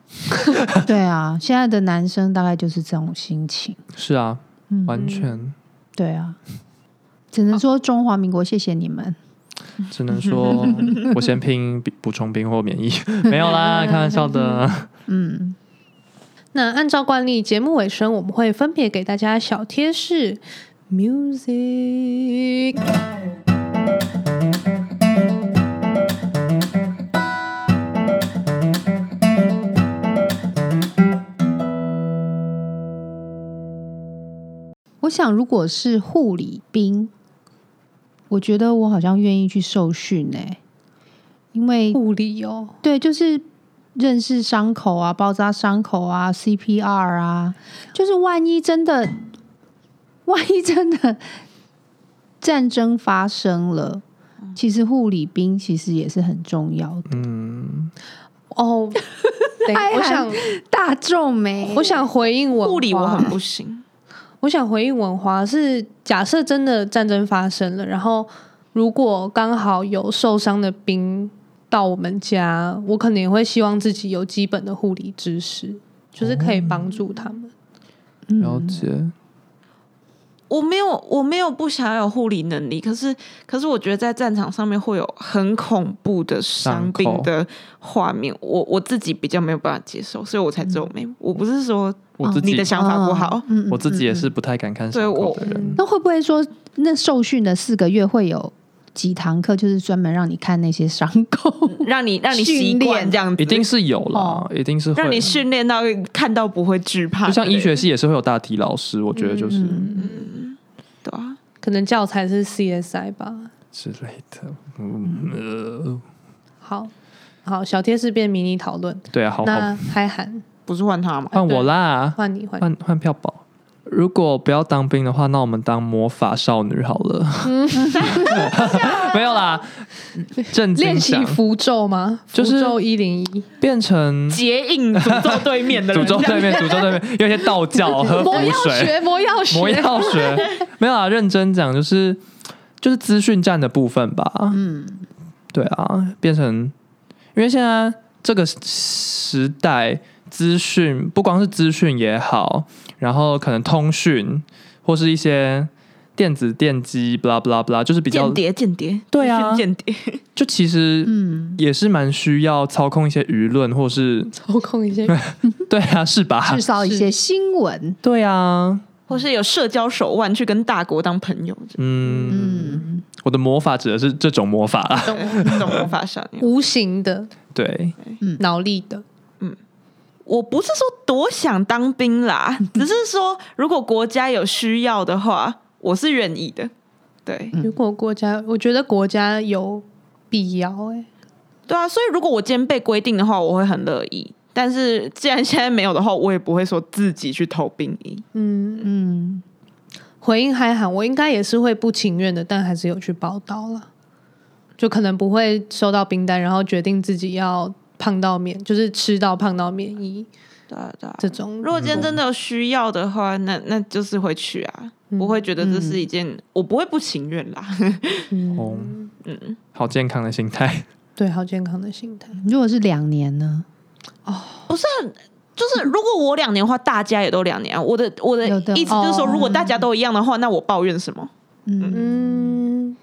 S4: 对啊，现在的男生大概就是这种心情，
S2: 是啊，
S4: 嗯，
S2: 完全
S4: 对啊，只能说中华民国谢谢你们，
S2: 只能说我先拼补补充兵或免 疫，没有啦，开玩笑的。
S4: 嗯，
S1: 那按照惯例，节目尾声我们会分别给大家小贴士，music。
S4: 我想如果是护理兵，我觉得我好像愿意去受训诶、因为
S1: 护理哦，
S4: 对，就是认识伤口啊，包扎伤口啊，CPR 啊，就是万一真的，万一真的战争发生了，其实护理兵其实也是很重要的。
S2: 嗯，
S1: 哦，等一下我想，
S4: 大众没
S1: 我想回应我
S3: 物理我很不行。
S1: 我想回应文华是，假设真的战争发生了，然后如果刚好有受伤的兵到我们家，我可能也会希望自己有基本的护理知识，就是可以帮助他们。
S2: 嗯了
S3: 嗯
S2: 解。
S3: 我没有，我没有不想要有护理能力，可是，可是我觉得在战场上面会有很恐怖的伤
S2: 伤
S3: 病
S2: 口
S3: 的画面，我我自己比较没有办法接受，所以我才皱眉。我不是说
S2: 我自
S3: 哦你
S2: 己
S3: 的，想法不好，
S4: 嗯
S2: 我自己也。
S4: 嗯嗯
S2: 是不太敢看伤口的
S3: 嗯
S2: 人。
S4: 那会不会说，那受训的四个月会有几堂课，就是专门让你看那些伤口？
S3: 让你让你习
S4: 训
S3: 惯
S4: 练
S3: 这样子，
S2: 一定是有啦
S4: 哦，
S2: 一定是会
S3: 让你训练到看到不会惧怕
S2: 就
S3: 之类的，
S2: 像医学系也是会有大体老师，我觉得就是
S4: 嗯，
S3: 对啊，
S1: 可能教材是 CSI 吧。
S2: 之类的。嗯，呃
S1: 好，好，小贴士变迷你讨论。
S2: 对啊，好好
S1: 那嗨喊
S3: 不是换他吗？
S2: 换我啦，
S1: 换你换你，
S2: 换换票宝。如果不要当兵的话，那我们当魔法少女好 了。没有啦，正经
S1: 练习
S2: 讲，
S1: 符咒吗？
S2: 就是
S1: 符咒一零一，
S2: 变成
S3: 结印诅咒对面的人
S2: 嗯 诅咒对面，诅咒对面，有一些道教和符
S1: 魔药
S2: 水、
S1: 学，魔药学，
S2: 魔 药学。没有啦，认真讲就是就是资讯站的部分吧。
S4: 嗯，
S2: 对啊，变成因为现在这个时代，资讯不光是资讯也好，然后可能通讯或是一些电子电机，blah blah blah，就是比较
S3: 间谍间谍，
S2: 对啊
S3: 资讯间谍，
S2: 就其实
S4: 嗯
S2: 也是蛮需要操控一些舆论，或是
S1: 操控一些
S2: 对 啊，是吧
S4: 至？少一些新闻。
S2: 对啊，
S3: 或是有社交手腕去跟大国当朋友，
S2: 嗯，
S4: 嗯，
S2: 我的魔法指的是这种魔法啦，
S3: 懂懂魔法少女。
S1: 无形的
S2: 对，
S1: 脑力的。
S3: 我不是说多想当兵 啦，只是说如果国家有需要的话，我是愿意的。对，
S1: 如果国家，我觉得国家有必要哎、
S3: 对啊，所以如果我今天被规定的话，我会很乐意。但是既然现在没有的话，我也不会说自己去投兵役。
S1: 嗯，
S4: 嗯，
S1: 回应嗨喊，我应该也是会不情愿的，但还是有去报道了，就可能不会收到兵单，然后决定自己要胖到免，就是吃到胖到免疫
S3: 对啊，对啊。
S1: 这种。
S3: 如果今天真的有需要的话，那那就是会去啊，不会觉得这是一件、我不会不情愿啦。
S2: 哦，
S3: 嗯，
S2: 好健康的心 态，
S1: 对，好健康的心态。
S4: 嗯如果是两年呢？
S3: 就是如果我两年的话，大家也都两年啊。我的我的
S4: 有的
S3: 意思就是说，
S1: 哦
S3: 如果大家都一样的话，那我抱怨什么？
S4: 嗯
S1: 嗯，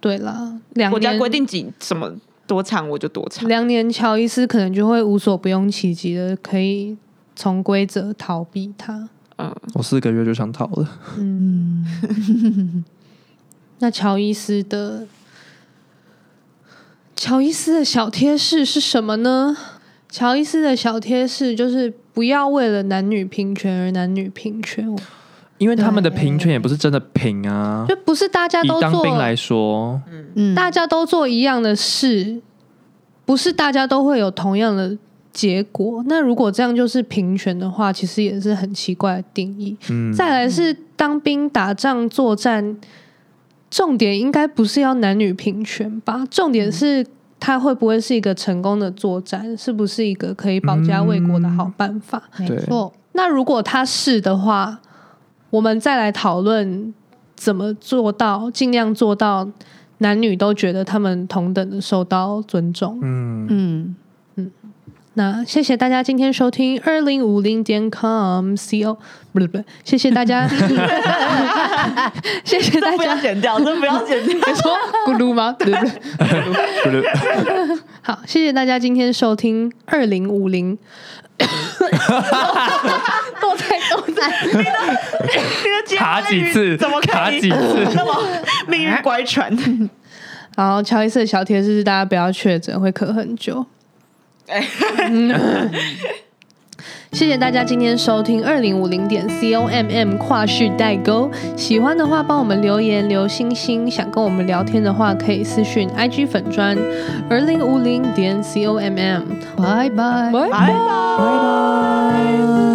S1: 对啦，两
S3: 国家
S1: 年
S3: 规定几什么多长我就多长。
S1: 两年，乔伊斯可能就会无所不用其极的，可以从规则逃避它。
S3: 嗯，
S2: 我四个月就想逃了。
S1: 嗯，那乔伊斯的乔伊斯的小贴士是什么呢？乔伊斯的小贴士就是不要为了男女平权而男女平权，
S2: 因为他们的平权也不是真的平啊。
S1: 就不是大家
S2: 以
S1: 都
S2: 当
S1: 做，
S2: 兵来说，
S4: 嗯，
S1: 大家都做一样的事，不是大家都会有同样的结果。那如果这样就是平权的话，其实也是很奇怪的定义。
S2: 嗯，
S1: 再来是当兵、打仗、作战，重点应该不是要男女平权吧？重点是它会不会是一个成功的作战，是不是一个可以保家卫国的好办法？
S4: 没
S2: 对
S4: 错，
S1: 那如果它是的话，我们再来讨论怎么做到，尽量做到男女都觉得他们同等的受到尊重。
S2: 嗯，
S4: 嗯，
S1: 那谢谢大家今天收听二零五零点 com c o 不是不是，谢谢大家，谢谢大
S3: 这 不要
S1: 家。
S3: 剪掉，这不要 剪掉。
S1: 你说咕噜吗？对不对？好，谢谢大家今天收听二零五零。 都在都在，
S3: 这个节目
S2: 卡几次
S3: 怎么可以
S2: 卡几次 哎
S3: 那么命运乖舛？
S1: 然后乔伊斯的小贴士是大家不要确诊，会咳很久。
S3: 哎
S1: 谢谢大家今天收听二零五零点 c o m m 跨世代沟。喜欢的话帮我们留言留星星，想跟我们聊天的话可以私讯 IG 粉砖二零五零点 c o m m。
S4: 拜拜。
S1: 拜
S3: 拜拜。